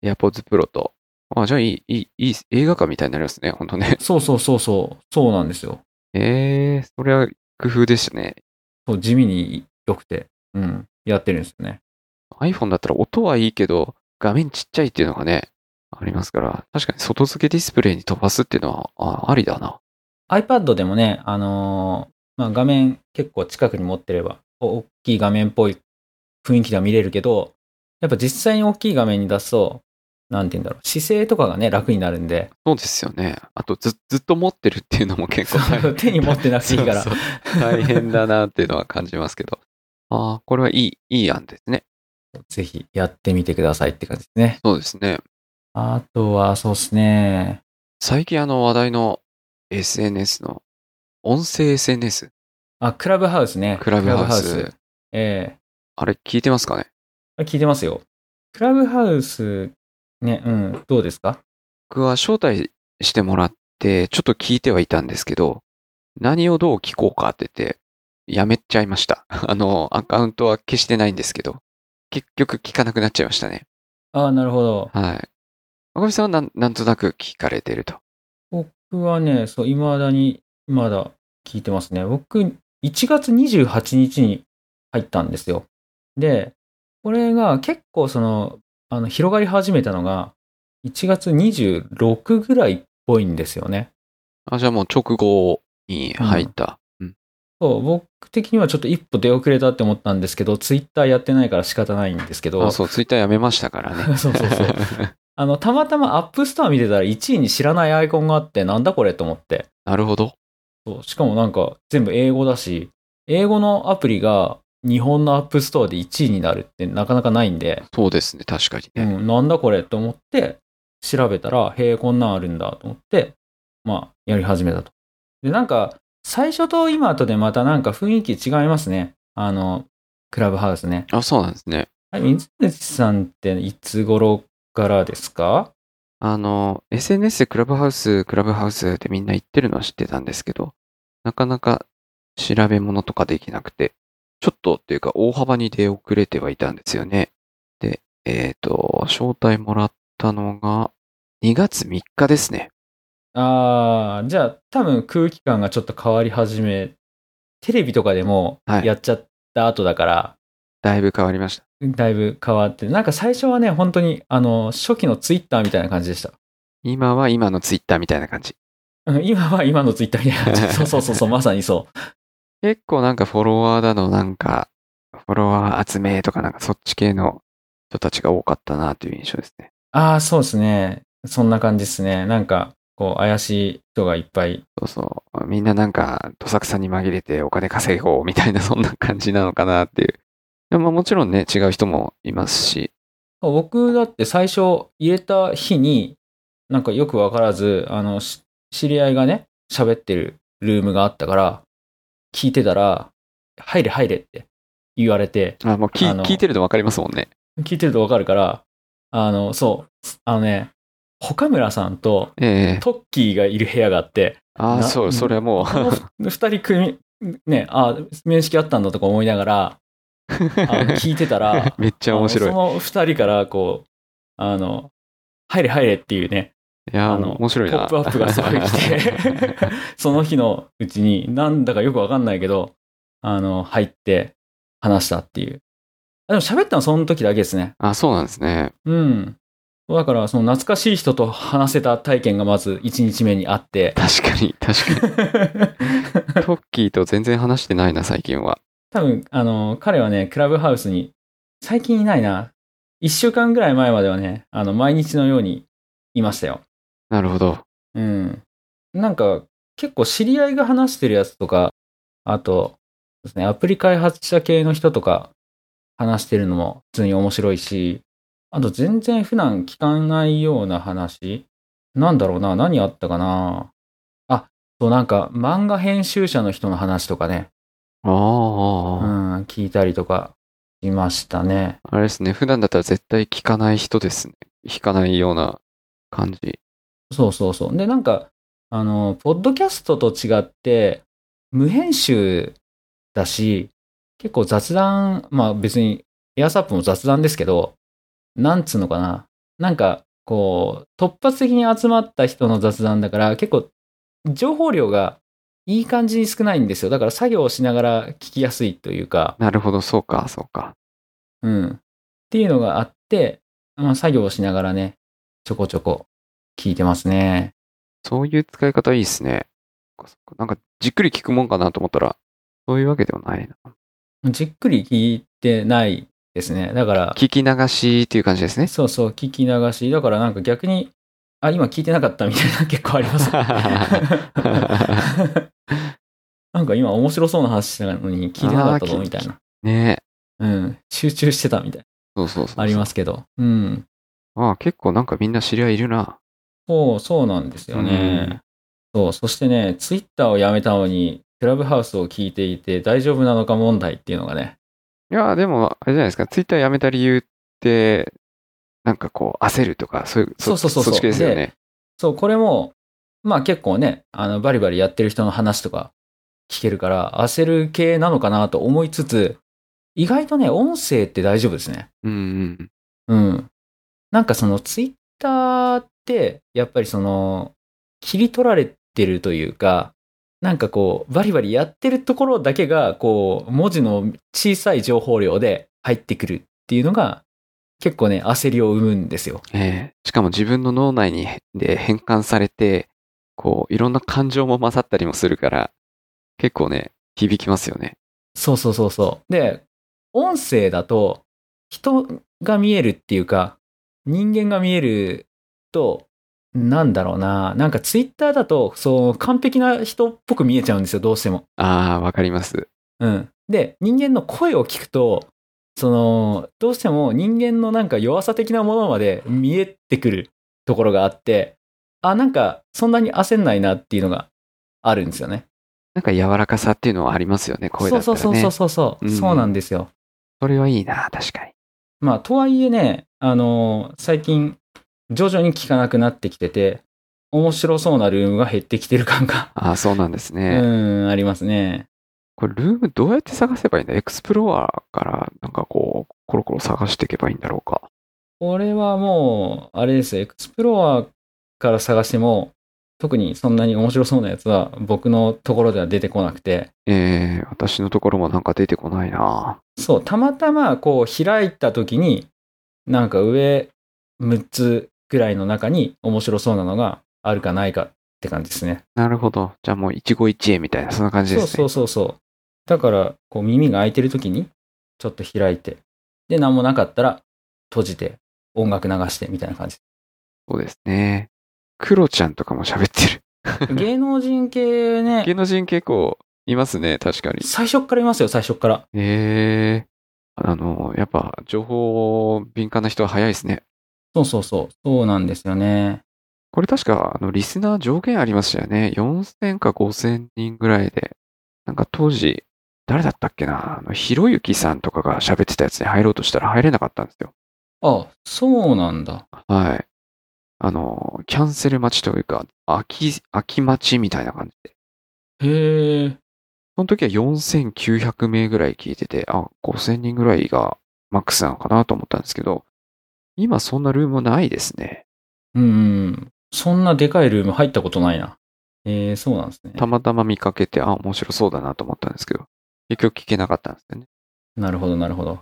[SPEAKER 1] AirPods Pro と。あ、じゃあいい、いい、いい、映画館みたいになりますね、ほんとね。
[SPEAKER 2] そうそうそうそう、そうなんですよ。
[SPEAKER 1] ええそれは工夫でしたね。
[SPEAKER 2] そう、地味に良くて、うん、やってるんですよね。
[SPEAKER 1] iPhone だったら音はいいけど、画面ちっちゃいっていうのがね、ありますから、確かに外付けディスプレイに飛ばすっていうのは、あありだな。
[SPEAKER 2] iPad でもね、あのーまあ、画面結構近くに持ってれば、お大きい画面っぽい雰囲気が見れるけど、やっぱ実際に大きい画面に出すと、なんて言うんだろう、姿勢とかがね、楽になる んで、
[SPEAKER 1] そうですよね。あとず、ずっと持ってるっていうのも結構大変
[SPEAKER 2] 手に持ってなくていいか ら
[SPEAKER 1] そうそう大変だなっていうのは感じますけど。ああ、これはいい、いい案ですね。
[SPEAKER 2] ぜひやってみてくださいって感じですね。
[SPEAKER 1] そうですね。
[SPEAKER 2] あとは、そうですね。
[SPEAKER 1] 最近あの話題の SNS の音声 SNS、
[SPEAKER 2] あ、クラブハウスね。
[SPEAKER 1] クラブハウス。
[SPEAKER 2] クラえ
[SPEAKER 1] あれ聞いてますかね
[SPEAKER 2] え聞いてますよ。クラブハウス、ね、うん、どうですか
[SPEAKER 1] 僕は招待してもらって、ちょっと聞いてはいたんですけど、何をどう聞こうかって言って、やめちゃいました。 あの、アカウントは消してないんですけど、結局聞かなくなっちゃいましたね。
[SPEAKER 2] ああ、なるほど。
[SPEAKER 1] はい。赤みさんはなんなんとなく聞かれてると。
[SPEAKER 2] 僕はね、そう、未だに、まだ聞いてますね。僕、1月28日に入ったんですよ。で、これが結構その、あの、広がり始めたのが、1月26ぐらいっぽいんですよね。
[SPEAKER 1] あ、じゃあもう直後に入った。うん。
[SPEAKER 2] そう、僕的にはちょっと一歩出遅れたって思ったんですけど、ツイッターやってないから仕方ないんですけど、
[SPEAKER 1] あ、そう、ツイッターやめましたからね。
[SPEAKER 2] そうそう そうあの、たまたまアップストア見てたら1位に知らないアイコンがあって、なんだこれと思って。
[SPEAKER 1] なるほど。
[SPEAKER 2] そうしかもなんか全部英語だし、英語のアプリが日本のアップストアで1位になるってなかなかないんで、
[SPEAKER 1] そうですね、確かに
[SPEAKER 2] う
[SPEAKER 1] ね。
[SPEAKER 2] ん、なんだこれと思って調べたら、へえ、こんなんあるんだと思って、まあ、やり始めたと。で、なんか、最初と今とでまたなんか雰囲気違いますね。あの、クラブハウスね。
[SPEAKER 1] あ、そうなんですね。
[SPEAKER 2] はい、水口さんっていつ頃からですか
[SPEAKER 1] あの、SNS でクラブハウス、クラブハウスってみんな言ってるのは知ってたんですけど、なかなか調べ物とかできなくて、ちょっとっていうか大幅に出遅れてはいたんですよね。で、えっ、と、招待もらったのが2月3日ですね。
[SPEAKER 2] ああ、じゃあ多分空気感がちょっと変わり始め、テレビとかでも
[SPEAKER 1] はい
[SPEAKER 2] やっちゃった後だから、
[SPEAKER 1] だいぶ変わりました。
[SPEAKER 2] だいぶ変わって、なんか最初はね、本当にあの、初期のツイッターみたいな感じでした。
[SPEAKER 1] 今は今のツイッターみたいな感じ。
[SPEAKER 2] うん今は今のツイッターみたいな感じ。そうそうそうそう、まさにそう。
[SPEAKER 1] 結構なんかフォロワーだの、なんか、フォロワー集めとかなんかそっち系の人たちが多かったなという印象ですね。
[SPEAKER 2] ああ、そうですね。そんな感じですね。なんか、こう、怪しい人がいっぱい。
[SPEAKER 1] そうそう。みんななんか、どさくさに紛れてお金稼ごうみたいな、そんな感じなのかなっていう。でもまあもちろんね、違う人もいますし。
[SPEAKER 2] 僕だって最初入れた日に、なんかよくわからず、あの、し知り合いがね、喋ってるルームがあったから、聞いてたら、入れ入れって言われて、
[SPEAKER 1] あもう聞い
[SPEAKER 2] あの
[SPEAKER 1] 聞いてるとわかりますもんね。
[SPEAKER 2] 聞いてるとわかるから、あの、そう、あのね、岡村さんと
[SPEAKER 1] ええ
[SPEAKER 2] トッキーがいる部屋があって、
[SPEAKER 1] ああ、
[SPEAKER 2] な
[SPEAKER 1] そう、それはもう。、
[SPEAKER 2] この 二人組、ね、あ、面識あったんだとか思いながら、あの聞いてた ら
[SPEAKER 1] めっちゃ面白い。
[SPEAKER 2] あ
[SPEAKER 1] い
[SPEAKER 2] のその二人から、こう、あの、入れ入れっていうね、
[SPEAKER 1] やー、
[SPEAKER 2] あの
[SPEAKER 1] 面白
[SPEAKER 2] ポ
[SPEAKER 1] いな。、
[SPEAKER 2] ップアップがすごい来てその日のうちに、なんだかよくわかんないけど、あの、入って話したっていう。あでも喋ったのはその時だけですね。
[SPEAKER 1] あそうなんですね。
[SPEAKER 2] うん。だから、その懐かしい人と話せた体験がまず1日目にあって、
[SPEAKER 1] 確かに、確かに。 トッキーと全然話してないな、最近は。
[SPEAKER 2] 多分、あの、彼はね、クラブハウスに、最近いないな。1週間ぐらい前まではね、あの、毎日のようにいましたよ。
[SPEAKER 1] なるほど。
[SPEAKER 2] うん。なんか、結構知り合いが話してるやつとか、あと、そうですね、アプリ開発者系の人とか話してるのも普通に面白いし、あと全然普段聞かないような話なんだろうな、何あったかなあ、そうなんか漫画編集者の人の話とかね、
[SPEAKER 1] あ
[SPEAKER 2] う
[SPEAKER 1] あ、
[SPEAKER 2] ん、聞いたりとかしましたね。
[SPEAKER 1] あれですね。普段だったら絶対聞かない人ですね。聞かないような感じ。
[SPEAKER 2] そうそうそう。で、なんか、あの、ポッドキャストと違って、無編集だし、結構雑談、まあ別に、エアサップも雑談ですけど、なんつうのかな。なんか、こう、突発的に集まった人の雑談だから、結構、情報量がいい感じに少ないんですよ。だから作業をしながら聞きやすいというか、
[SPEAKER 1] なるほど、そうか、そうか。
[SPEAKER 2] うん。っていうのがあって、まあ作業をしながらね、ちょこちょこ聞いてますね。
[SPEAKER 1] そういう使い方いいっすね。そっかそっかなんか、じっくり聞くもんかなと思ったら、そういうわけではないな。
[SPEAKER 2] じっくり聞いてないですね。だから、
[SPEAKER 1] 聞き流しっていう感じですね。。
[SPEAKER 2] そうそう、聞き流し。だからなんか逆に、あ、今聞いてなかったみたいな 結構ありますなんか今面白そうな話してたのに聞いてなかった
[SPEAKER 1] あ
[SPEAKER 2] ぞ
[SPEAKER 1] ー
[SPEAKER 2] みたいな。
[SPEAKER 1] ねえ。
[SPEAKER 2] うん。集中してたみたい
[SPEAKER 1] そうそうそう。。
[SPEAKER 2] な。ありますすけど。うん。
[SPEAKER 1] ああ、結構なんかみんな知り合いいるな。
[SPEAKER 2] そう、そうなんですよね。そう、そしてね、ツイッターをやめたのに、クラブハウスを聞いていて大丈夫なのか問題っていうのがね。
[SPEAKER 1] いや、でも、あれじゃないですか。ツイッターやめた理由って、なんかこう、焦るとか、そういう、
[SPEAKER 2] そうそうそうそう
[SPEAKER 1] そっち系ですよね。
[SPEAKER 2] そう、これも、まあ結構ね、あの、バリバリやってる人の話とか聞けるから、焦る系なのかなと思いつつ、意外とね、音声って大丈夫ですね。
[SPEAKER 1] うんうん。
[SPEAKER 2] うん。なんかそのツイッターって、やっぱりその、切り取られてるというか、なんかこう、バリバリやってるところだけが、こう、文字の小さい情報量で入ってくるっていうのが、結構ね、焦りを生むんですよ。
[SPEAKER 1] ええしかも自分の脳内にで変換されて、こう、いろんな感情も混ざったりもするから、結構ね、響きますよね。
[SPEAKER 2] そうそうそうそう。で、音声だと、人が見えるっていうか、人間が見えると、なんだろうな、なんかツイッターだと、そう、完璧な人っぽく見えちゃうんですよ、どうしても。
[SPEAKER 1] ああ、わかります。
[SPEAKER 2] うん。で、人間の声を聞くと、その、どうしても人間のなんか弱さ的なものまで見えてくるところがあって、あ、なんかそんなに焦んないなっていうのがあるんですよね。
[SPEAKER 1] なんか柔らかさっていうのはありますよね、声だった
[SPEAKER 2] そ
[SPEAKER 1] ら
[SPEAKER 2] う
[SPEAKER 1] ね。
[SPEAKER 2] そうそうそうそう、
[SPEAKER 1] うん
[SPEAKER 2] そうなんですよ。
[SPEAKER 1] それはいいな、確かに。
[SPEAKER 2] まあ、とはいえね、あのー最近、徐々に聞かなくなってきてて、面白そうなルームが減ってきてる感が、
[SPEAKER 1] ああ、そうなんですね。
[SPEAKER 2] うん、ありますね。
[SPEAKER 1] これ、ルームどうやって探せばいいんだエクスプローラーから、なんかこう、コロコロ探していけばいいんだろうか。
[SPEAKER 2] これはもう、あれですよ、エクスプロアから探しても、特にそんなに面白そうなやつは僕のところでは出てこなくて、
[SPEAKER 1] ええ私のところもなんか出てこないな。
[SPEAKER 2] そう、たまたまこう開いた時に、なんか上6つぐらいの中に面白そうなのがあるかないかって感じですね。
[SPEAKER 1] なるほど。じゃあもう一期一会みたいな、そんな感じです
[SPEAKER 2] そ
[SPEAKER 1] ね。
[SPEAKER 2] うそうそうそう。だから、こう耳が開いてる時に、ちょっと開いて、で、何もなかったら閉じて、音楽流してみたいな感 じ。
[SPEAKER 1] そうですね。クロちゃんとかも喋って る。
[SPEAKER 2] 芸能人系ね、
[SPEAKER 1] 芸能人結構いますね、確かに。
[SPEAKER 2] 最初っからいますよ、最初っから。
[SPEAKER 1] ええあの、やっぱ情報敏感な人は早いですね。
[SPEAKER 2] そうそうそう。そうなんですよね。
[SPEAKER 1] これ確か、あの、リスナー上限ありましたよね。4000か5000人ぐらいで。なんか当時、誰だったっけなあの、ひろゆきさんとかが喋ってたやつに入ろうとしたら入れなかったんですよ。
[SPEAKER 2] あ、そうなんだ。
[SPEAKER 1] はい。あの、キャンセル待ちというか、空き、空き待ちみたいな感じで。
[SPEAKER 2] へえ。
[SPEAKER 1] その時は4900名ぐらい聞いてて、あ、5000人ぐらいがマックスなのかなと思ったんですけど、今そんなルームないですね。
[SPEAKER 2] うんうん。そんなでかいルーム入ったことないな。えー、そうなんですね。
[SPEAKER 1] たまたま見かけて、あ、面白そうだなと思ったんですけど、結局聞けなかったんですよね。
[SPEAKER 2] なるほど、なるほど。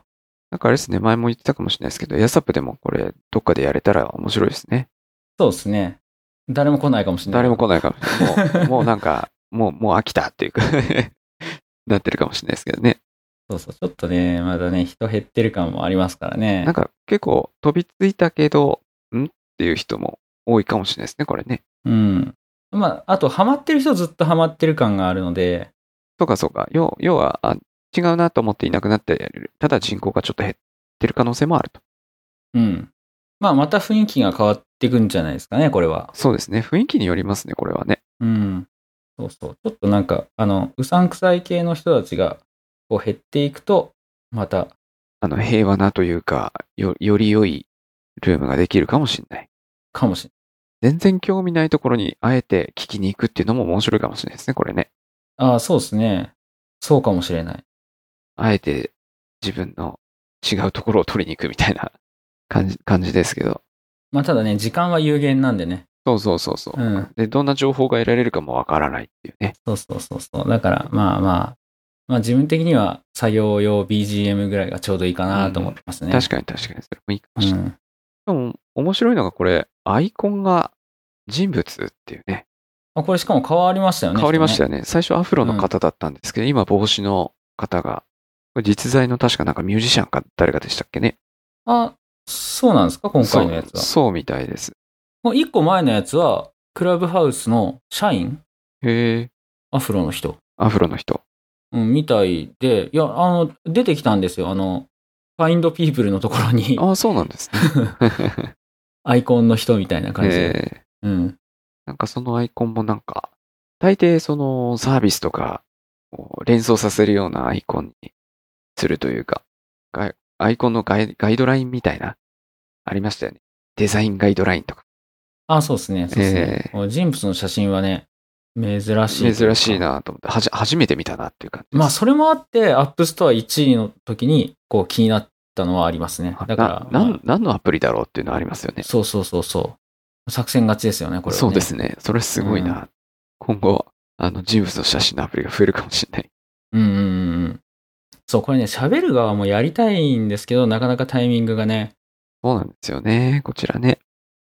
[SPEAKER 1] なんかあれですね、前も言ってたかもしれないですけど、ヤサップでもこれ、どっかでやれたら面白いですね。
[SPEAKER 2] そうですね。誰も来ないかもしれな
[SPEAKER 1] 誰
[SPEAKER 2] い。
[SPEAKER 1] も来
[SPEAKER 2] な
[SPEAKER 1] な
[SPEAKER 2] い。
[SPEAKER 1] いかもしれない。もう、もうなんか、もう、もう飽きたっていうか、 なってるかもしれないですけどね。
[SPEAKER 2] そうそう。ちょっとね、まだね、人減ってる感もありますからね。
[SPEAKER 1] なんか結構飛びついたけど、んっていう人も多いかもしれないですね、これね。
[SPEAKER 2] うん。まあ、あと、ハマってる人ずっとハマってる感があるので、
[SPEAKER 1] そうかそうか。要要はあ、違うなと思っていなくなってる、ただ人口がちょっと減ってる可能性もあると。
[SPEAKER 2] うん。まあ、また雰囲気が変わっていくんじゃないですかね、これは。
[SPEAKER 1] そうですね。雰囲気によりますね、これはね。
[SPEAKER 2] うん。そうそう。ちょっとなんか、あの、うさんくさい系の人たちが、こう減っていくと、また、
[SPEAKER 1] あの、平和なというか、よ、より良いルームができるかもしれない。
[SPEAKER 2] かもしれ
[SPEAKER 1] 全然興味ないところにあえて聞きに行くっていうのも面白いかもしれないですね、これね。
[SPEAKER 2] ない。ああ、そうですね。そうかもしれない。
[SPEAKER 1] あえて自分の違うところを取りに行くみたいな感じ、感じですけど。
[SPEAKER 2] まあ、ただね、時間は有限なんでね。
[SPEAKER 1] そうそうそうそう。
[SPEAKER 2] うん。
[SPEAKER 1] で、どんな情報が得られるかもわからないっていうね。
[SPEAKER 2] そうそうそうそう。だから、まあまあ、まあ自分的には作業用 BGM ぐらいがちょうどいいかなと思ってますね。
[SPEAKER 1] 確かに確かに、それもいいかもしれない。
[SPEAKER 2] うん。
[SPEAKER 1] でも、面白いのがこれ、アイコンが人物っていうね、
[SPEAKER 2] あ、これしかも変わりましたよね。
[SPEAKER 1] 変わりました
[SPEAKER 2] ね。
[SPEAKER 1] よね。最初アフロの方だったんですけど、今帽子の方が、これ実在の確かなんかミュージシャンか誰かでしたっけね。
[SPEAKER 2] あ、そうなんですか今回のやつは
[SPEAKER 1] そう。。そうみたいです。
[SPEAKER 2] もう一個前のやつは、クラブハウスの社員
[SPEAKER 1] へえ、
[SPEAKER 2] アフロの人。
[SPEAKER 1] アフロの人。
[SPEAKER 2] うん、みたいで、いや、あの、出てきたんですよ。あの、ファインドピープルのところに、
[SPEAKER 1] ああ、そうなんですね。
[SPEAKER 2] アイコンの人みたいな感じで。
[SPEAKER 1] ええ
[SPEAKER 2] うん。
[SPEAKER 1] なんかそのアイコンもなんか、大抵そのサービスとかを連想させるようなアイコンにするというか、ガイアイコンのガイガイドラインみたいな、ありましたよね。デザインガイドラインとか。
[SPEAKER 2] あ、そうですね。そうですね。もう人物の写真はね、珍しいというか。
[SPEAKER 1] 珍しいなと思って、はじ、初めて見たなっていう感じです。
[SPEAKER 2] まあ、それもあって、アップストア1位の時に、こう、気になったのはありますね。だから、
[SPEAKER 1] な、な
[SPEAKER 2] ま
[SPEAKER 1] ん、何のアプリだろうっていうのはありますよ
[SPEAKER 2] あ
[SPEAKER 1] ね。
[SPEAKER 2] そうそうそうそう。作戦勝ちですよね、これは、ね。
[SPEAKER 1] そうですね。それすごいな。今後、あの、人物の写真のアプリが増えるかもしれない。
[SPEAKER 2] うんうんうんうん。そう、これね、喋る側もやりたいんですけど、なかなかタイミングがね、
[SPEAKER 1] そうなんですよね。こちら ね。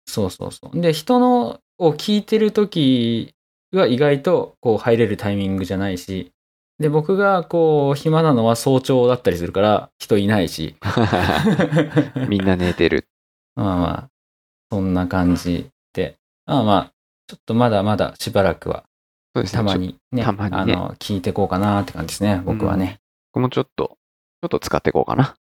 [SPEAKER 2] そうそうそう。で、人のを聞いてる時は意外とこう入れるタイミングじゃないし、で、僕がこう暇なのは早朝だったりするから人いないし。
[SPEAKER 1] みんな寝てる。
[SPEAKER 2] まあまあ、そんな感じで。まあまあ、ちょっとまだまだしばらくは、
[SPEAKER 1] そうですね。
[SPEAKER 2] たまにね、
[SPEAKER 1] たまにね
[SPEAKER 2] あの、聞いていこうかなって感じですね、僕はね。
[SPEAKER 1] 僕もちょっと、ちょっと使っていこうかな。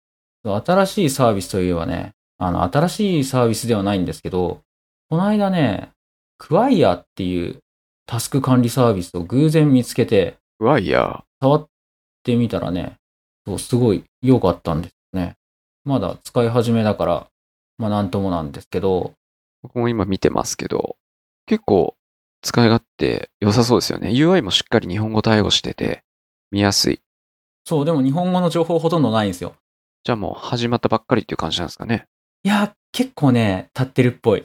[SPEAKER 2] そう新しいサービスといえばね、あの、新しいサービスではないんですけど、この間ね、クワイヤっていうタスク管理サービスを偶然見つけて、
[SPEAKER 1] うわ、いや、
[SPEAKER 2] 触ってみたらね、そう、すごい良かったんですね。まだ使い始めだから、まあなんともなんですけど、
[SPEAKER 1] 僕も今見てますけど、結構使い勝手良さそうですよね。UI もしっかり日本語対応してて、見やすい。
[SPEAKER 2] そう、でも日本語の情報ほとんどないんですよ。
[SPEAKER 1] じゃあもう始まったばっかりっていう感じなんですかね。
[SPEAKER 2] いや、結構ね、立ってるっぽい。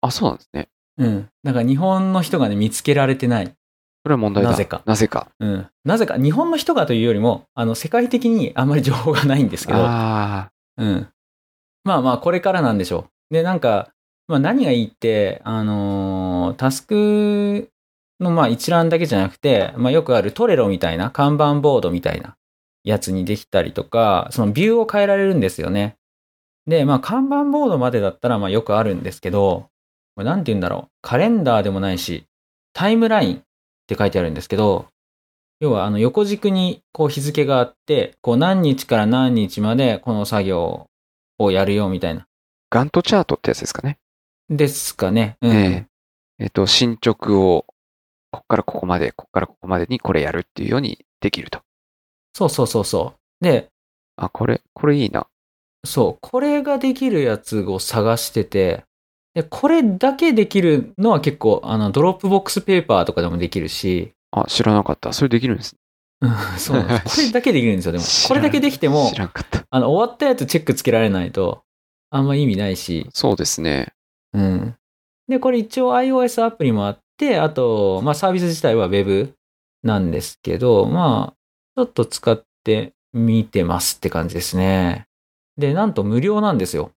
[SPEAKER 1] あ、そうなんですね。
[SPEAKER 2] うん。だから日本の人がね、見つけられてない。
[SPEAKER 1] それは問題だ。
[SPEAKER 2] なぜか
[SPEAKER 1] なぜか。
[SPEAKER 2] うん。なぜか、日本の人がというよりも、あの、世界的にあんまり情報がないんですけど、
[SPEAKER 1] ああ、
[SPEAKER 2] うん。まあまあ、これからなんでしょう。で、なんか、まあ何がいいって、あのータスクのまあ一覧だけじゃなくて、まあよくあるトレロみたいな、看板ボードみたいなやつにできたりとか、そのビューを変えられるんですよね。で、まあ看板ボードまでだったらまあよくあるんですけど、これなんて言うんだろう。カレンダーでもないし、タイムラインって書いてあるんですけど、要はあの横軸にこう日付があって、こう何日から何日までこの作業をやるよみたいな。
[SPEAKER 1] ガントチャートってやつですかね。
[SPEAKER 2] ですかね。うん。
[SPEAKER 1] えええっと、進捗を、こっからここまで、こっからここまでにこれやるっていうようにできると。
[SPEAKER 2] そうそうそうそう。で、
[SPEAKER 1] あ、これ、これいいな。
[SPEAKER 2] そう、これができるやつを探してて、で、これだけできるのは結構、あの、ドロップボックスペーパーとかでもできるし、
[SPEAKER 1] あ、知らなかった。それできるんですね。
[SPEAKER 2] うんそうな んです。これだけできるんですよ、でも。
[SPEAKER 1] 知
[SPEAKER 2] こ
[SPEAKER 1] ら
[SPEAKER 2] れ
[SPEAKER 1] ん
[SPEAKER 2] だけできても
[SPEAKER 1] 知、らんかった。
[SPEAKER 2] あの、終わったやつチェックつけられないと、あんま意味ないし、
[SPEAKER 1] そうですね。
[SPEAKER 2] うん。で、これ一応 iOS アプリもあって、あと、まあサービス自体は Web なんですけど、まあ、ちょっと使ってみてますって感じですね。で、なんと無料なんですよ。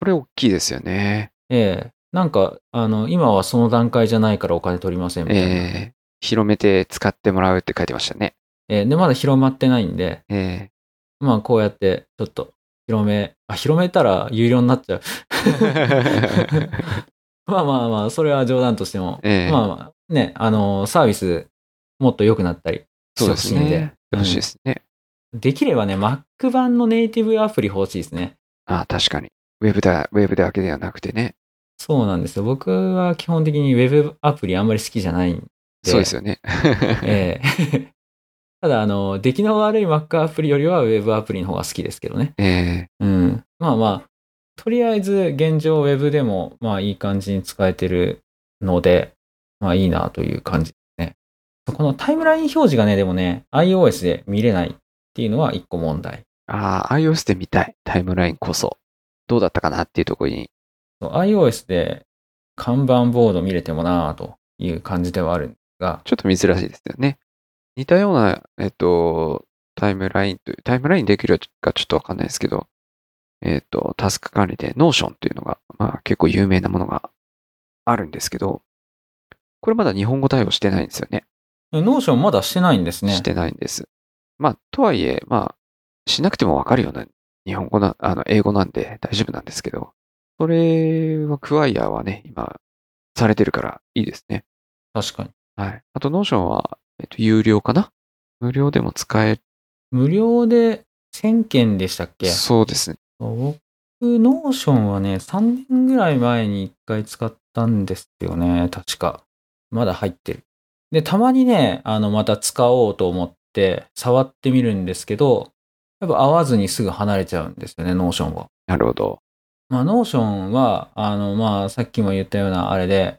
[SPEAKER 1] これ大きいですよね。
[SPEAKER 2] ええなんか、あの、今はその段階じゃないからお金取りませんみたいな。え
[SPEAKER 1] えー広めて使ってもらうって書いてましたね。
[SPEAKER 2] えで、まだ広まってないんで、
[SPEAKER 1] え
[SPEAKER 2] まあこうやって、ちょっと、広め、あ、広めたら有料になっ ちゃう。
[SPEAKER 1] ー
[SPEAKER 2] まあまあまあ、それは冗談としても、
[SPEAKER 1] ええ
[SPEAKER 2] まあまあ、ね、あの、サービス、もっと良くなったり
[SPEAKER 1] そ
[SPEAKER 2] し
[SPEAKER 1] うで
[SPEAKER 2] てほ
[SPEAKER 1] す
[SPEAKER 2] しいんで
[SPEAKER 1] ね。。よろしいですね。
[SPEAKER 2] うんできればね、Mac 版のネイティブアプリ欲しいですね。
[SPEAKER 1] あ、確かに。ウェブだ、ウェブだけではなくてね。
[SPEAKER 2] そうなんですよ。僕は基本的に Web アプリあんまり好きじゃないんで。
[SPEAKER 1] そうですよね。
[SPEAKER 2] ええ ただ、あの、出来の悪い Mac アプリよりは Web アプリの方が好きですけどね。
[SPEAKER 1] え
[SPEAKER 2] うん。まあまあ、とりあえず現状 Web でもまあいい感じに使えてるので、まあいいなという感じですね。このタイムライン表示がね、でもね、iOS で見れないっていうのは一個問題。
[SPEAKER 1] ー、ああ、iOS で見たい。タイムラインこそ。どうだったかなっていうところに。
[SPEAKER 2] そう iOS で看板ボード見れてもなぁという感じではあるんですが、
[SPEAKER 1] ちょっと珍しいですよね。似たような、えっと、タイムラインという、タイムラインできるかちょっとわかんないですけど、えっと、タスク管理で Notion というのが、まあ結構有名なものがあるんですけど、これまだ日本語対応してないんですよね。
[SPEAKER 2] ノーションまだしてないんですね。
[SPEAKER 1] してないんです。まあ、とはいえ、まあ、しなくてもわかるような日本語な、あの、英語なんで大丈夫なんですけど、それはクワイヤーはね、今、されてるからいいですね。
[SPEAKER 2] 確かに。
[SPEAKER 1] はい。あと、ノーションは、えっと、有料かな無料でも使え
[SPEAKER 2] 無料で1000件でしたっけ
[SPEAKER 1] そうですね。
[SPEAKER 2] 僕、ノーションはね、3年ぐらい前に1回使ったんですよね、確か。まだ入ってる。で、たまにね、あの、また使おうと思って、触ってみるんですけど、やっぱ合わずにすぐ離れちゃうんですよね、ノーションは。
[SPEAKER 1] なるほど。
[SPEAKER 2] まあ、ノーションは、あの、まあ、さっきも言ったようなあれで、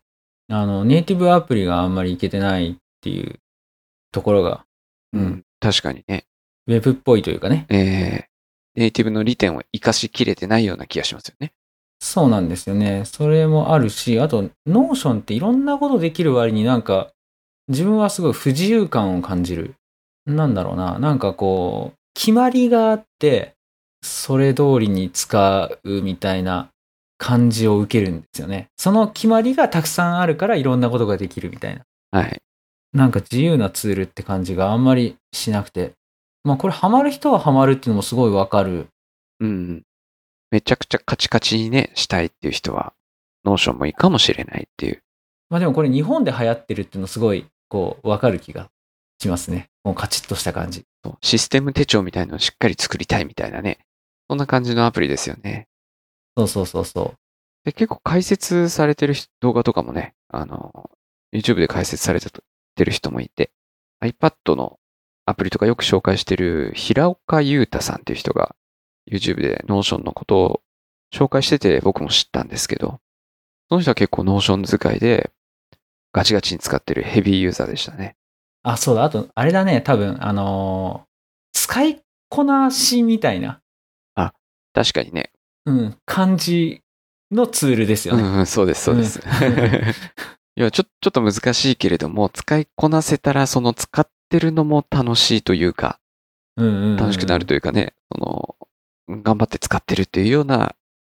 [SPEAKER 2] あの、ネイティブアプリがあんまりいけてないっていうところが、う、
[SPEAKER 1] うんん。確かにね。
[SPEAKER 2] ウェブっぽいというかね。
[SPEAKER 1] えー、ネイティブの利点を活かしきれてないような気がしますよね。
[SPEAKER 2] そうなんですよね。それもあるし、あと、ノーションっていろんなことできる割になんか、自分はすごい不自由感を感じる。なんだろうな。なんかこう、決まりがあって、それ通りに使うみたいな感じを受けるんですよね。その決まりがたくさんあるからいろんなことができるみたいな。
[SPEAKER 1] はい。
[SPEAKER 2] なんか自由なツールって感じがあんまりしなくて。まあこれハマる人はハマるっていうのもすごいわかる。
[SPEAKER 1] うん。めちゃくちゃカチカチにね、したいっていう人は、ノーションもいいかもしれないっていう。
[SPEAKER 2] まあでもこれ日本で流行ってるっていうのすごいこうわかる気がしますね。もうカチッとした感じ。
[SPEAKER 1] そうシステム手帳みたいのをしっかり作りたいみたいなね。そんな感じのアプリですよね。
[SPEAKER 2] そうそうそうそ
[SPEAKER 1] で、結構解説されてる人動画とかもね、あの、YouTube で解説されてる人もいて、iPad のアプリとかよく紹介してる平岡優太さんっていう人が YouTube で Notion のことを紹介してて僕も知ったんですけど、その人は結構 Notion 使いでガチガチに使ってるヘビーユーザーでしたね。
[SPEAKER 2] う。あ、そうだ。あと、あれだね。多分、あのー使いこなしみたいな、
[SPEAKER 1] 確かにね。
[SPEAKER 2] うん、感じのツールですよ
[SPEAKER 1] う
[SPEAKER 2] ね。
[SPEAKER 1] んうん、そうです、そうです。 いや、ちょ、ちょっと難しいけれども、使いこなせたら、その使ってるのも楽しいというか、
[SPEAKER 2] うん、うんうんうん
[SPEAKER 1] 楽しくなるというかね、その、頑張って使ってるっていうような、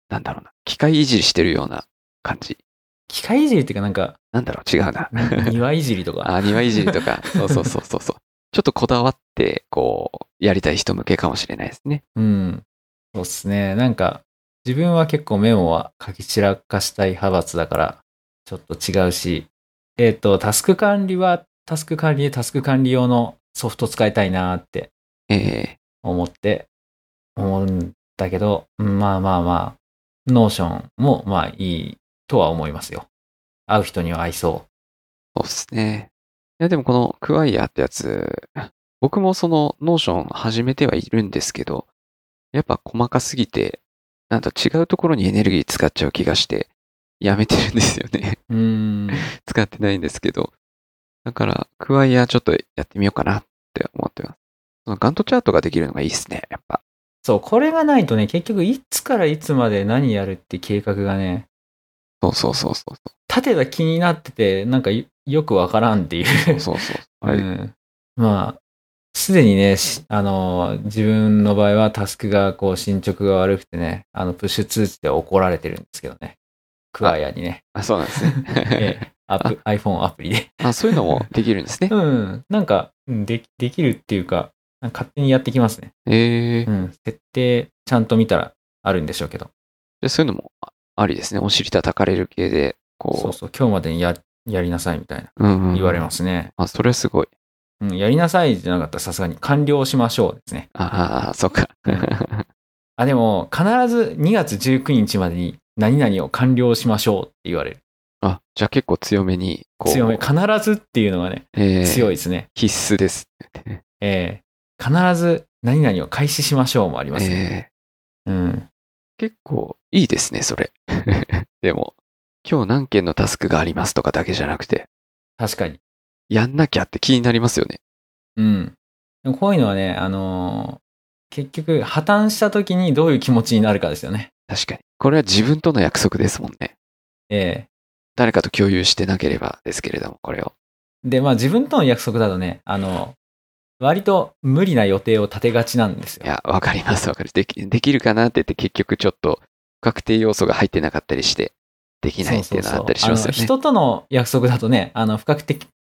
[SPEAKER 1] なんだろうな、機械いじりしてるような感じ。
[SPEAKER 2] 機械いじりっていうか、なんか、
[SPEAKER 1] なんだろう、違うな。
[SPEAKER 2] 庭いじり とか。
[SPEAKER 1] あ、庭いじりと か、そうそうそうそうそう。ちょっとこだわって、こう、やりたい人向けかもしれないですね。
[SPEAKER 2] うん。そうっすね。なんか、自分は結構メモは書き散らかしたい派閥だから、ちょっと違うし、えっ、と、タスク管理は、タスク管理でタスク管理用のソフト使いたいなーって
[SPEAKER 1] ええ
[SPEAKER 2] 思って、思うんだけど、うんまあまあまあ、ノーションもまあいいとは思いますよ。会う人には合いそ
[SPEAKER 1] そうですね。いや、でもこのクワイヤーってやつ、僕もそのノーション始めてはいるんですけど、やっぱ細かすぎて、なんと違うところにエネルギー使っちゃう気がして、やめてるんですよね。
[SPEAKER 2] う。うーん。
[SPEAKER 1] 使ってないんですけど。だから、クワイヤーちょっとやってみようかなって思ってます。そのガントチャートができるのがいいですね、やっぱ。
[SPEAKER 2] そう、これがないとね、結局いつからいつまで何やるって計画がね、
[SPEAKER 1] そうそうそうそうそ
[SPEAKER 2] 縦が気になってて、なんかよよくわからんっていう。
[SPEAKER 1] う。そうそう。あ
[SPEAKER 2] う
[SPEAKER 1] れ
[SPEAKER 2] ん、まあ、すでにね、しあの、自分の場合はタスクがこう進捗が悪くてね、あの、プッシュ通知で怒られてるんですけどね。クワイアにね、
[SPEAKER 1] あ、そうなんですね。
[SPEAKER 2] ええアップ iPhone アプリで。
[SPEAKER 1] あ、そういうのもできるんですね
[SPEAKER 2] う。ん、なんか、うんできできるっていうか、なんか勝手にやってきますね。
[SPEAKER 1] ええ
[SPEAKER 2] う
[SPEAKER 1] ー。
[SPEAKER 2] ん、設定ちゃんと見たらあるんでしょうけど。
[SPEAKER 1] でそういうのもあありですね。お尻叩かれる系で、こ
[SPEAKER 2] そうそう、今日までにややりなさいみたいな
[SPEAKER 1] うんうんうん
[SPEAKER 2] 言われますね。
[SPEAKER 1] あ、それはすごい。
[SPEAKER 2] うん、やりなさいじゃなかったらさすがに完了しましょうですね。
[SPEAKER 1] ああ、そっか。
[SPEAKER 2] あ、でも、必ず2月19日までに何々を完了しましょうって言われる。
[SPEAKER 1] あ、じゃあ結構強めに、こう。
[SPEAKER 2] 強め。必ずっていうのがね、
[SPEAKER 1] えー
[SPEAKER 2] 強いですね。
[SPEAKER 1] 必須です。
[SPEAKER 2] えー必ず何々を開始しましょうもありますね。
[SPEAKER 1] えー
[SPEAKER 2] うん。
[SPEAKER 1] 結構いいですね、それ。 でも、今日何件のタスクがありますとかだけじゃなくて、
[SPEAKER 2] 確かに。
[SPEAKER 1] やんなきゃって気になりますよね。
[SPEAKER 2] うん。でもこういうのはね、あのー結局、破綻した時にどういう気持ちになるかですよね。
[SPEAKER 1] 確かに。これは自分との約束ですもんね。
[SPEAKER 2] え
[SPEAKER 1] 誰かと共有してなければですけれども、これを。
[SPEAKER 2] ーで、まあ自分との約束だとね、あの割と無理な予定を立てがちなんですよ
[SPEAKER 1] い。や、わかります、わかる。でき、できるかなって言って結局ちょっと不確定要素が入ってなかったりして、できないっていうのはあったりしますよね。
[SPEAKER 2] そうそうそうあの人との約束だとね、あの、不確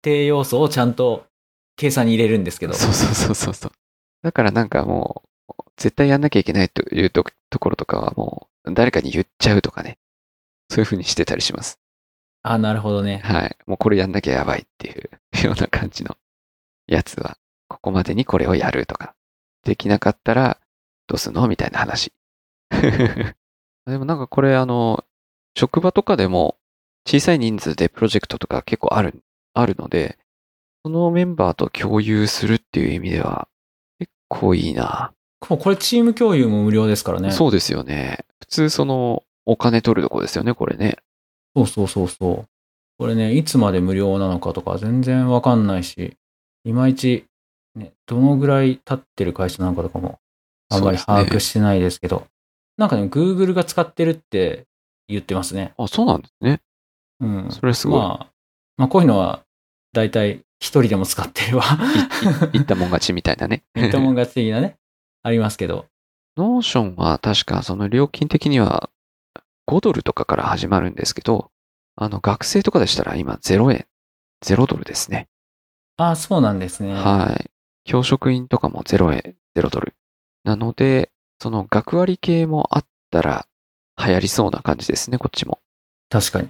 [SPEAKER 2] 定要素をちゃんと計算に入れるんですけど。
[SPEAKER 1] そうそうそうそうそう。だからなんかもう、絶対やんなきゃいけないというとところとかはもう、誰かに言っちゃうとかね。そういう風にしてたりします。
[SPEAKER 2] あ、なるほどね。
[SPEAKER 1] はい。もうこれやんなきゃやばいっていう ような感じのやつは、ここまでにこれをやるとか、できなかったらどうすんのみたいな話。 でもなんかこれあの、職場とかでも小さい人数でプロジェクトとか結構ある、あるので、そのメンバーと共有するっていう意味では結構いいな。
[SPEAKER 2] ここれチーム共有も無料ですからね。
[SPEAKER 1] そうですよね。普通そのお金取るとこですよね、これね。
[SPEAKER 2] そうそうそうそう。これね、いつまで無料なのかとか全然わかんないし、いまいち、ね、どのぐらい経ってる会社なのかとかも、あんまり
[SPEAKER 1] そうです
[SPEAKER 2] 把
[SPEAKER 1] ね
[SPEAKER 2] 握してないですけど、なんかね、Google が使ってるって言ってますね。
[SPEAKER 1] あ、そうなんですね。
[SPEAKER 2] うん。
[SPEAKER 1] それすごい。
[SPEAKER 2] まあ、まあ、こういうのは、だいたい一人でも使ってれば、
[SPEAKER 1] いったもん勝ちみたいなね。
[SPEAKER 2] 言ったもん勝ち的なね、ありますけど。
[SPEAKER 1] ノーションは確かその料金的には5ドルとかから始まるんですけど、あの学生とかでしたら今0円、0ドルですね。
[SPEAKER 2] ああ、そうなんですね。
[SPEAKER 1] はい。教職員とかも0円、0ドル。なので、その学割系もあったら流行りそうな感じですね、こっちも。
[SPEAKER 2] 確かに。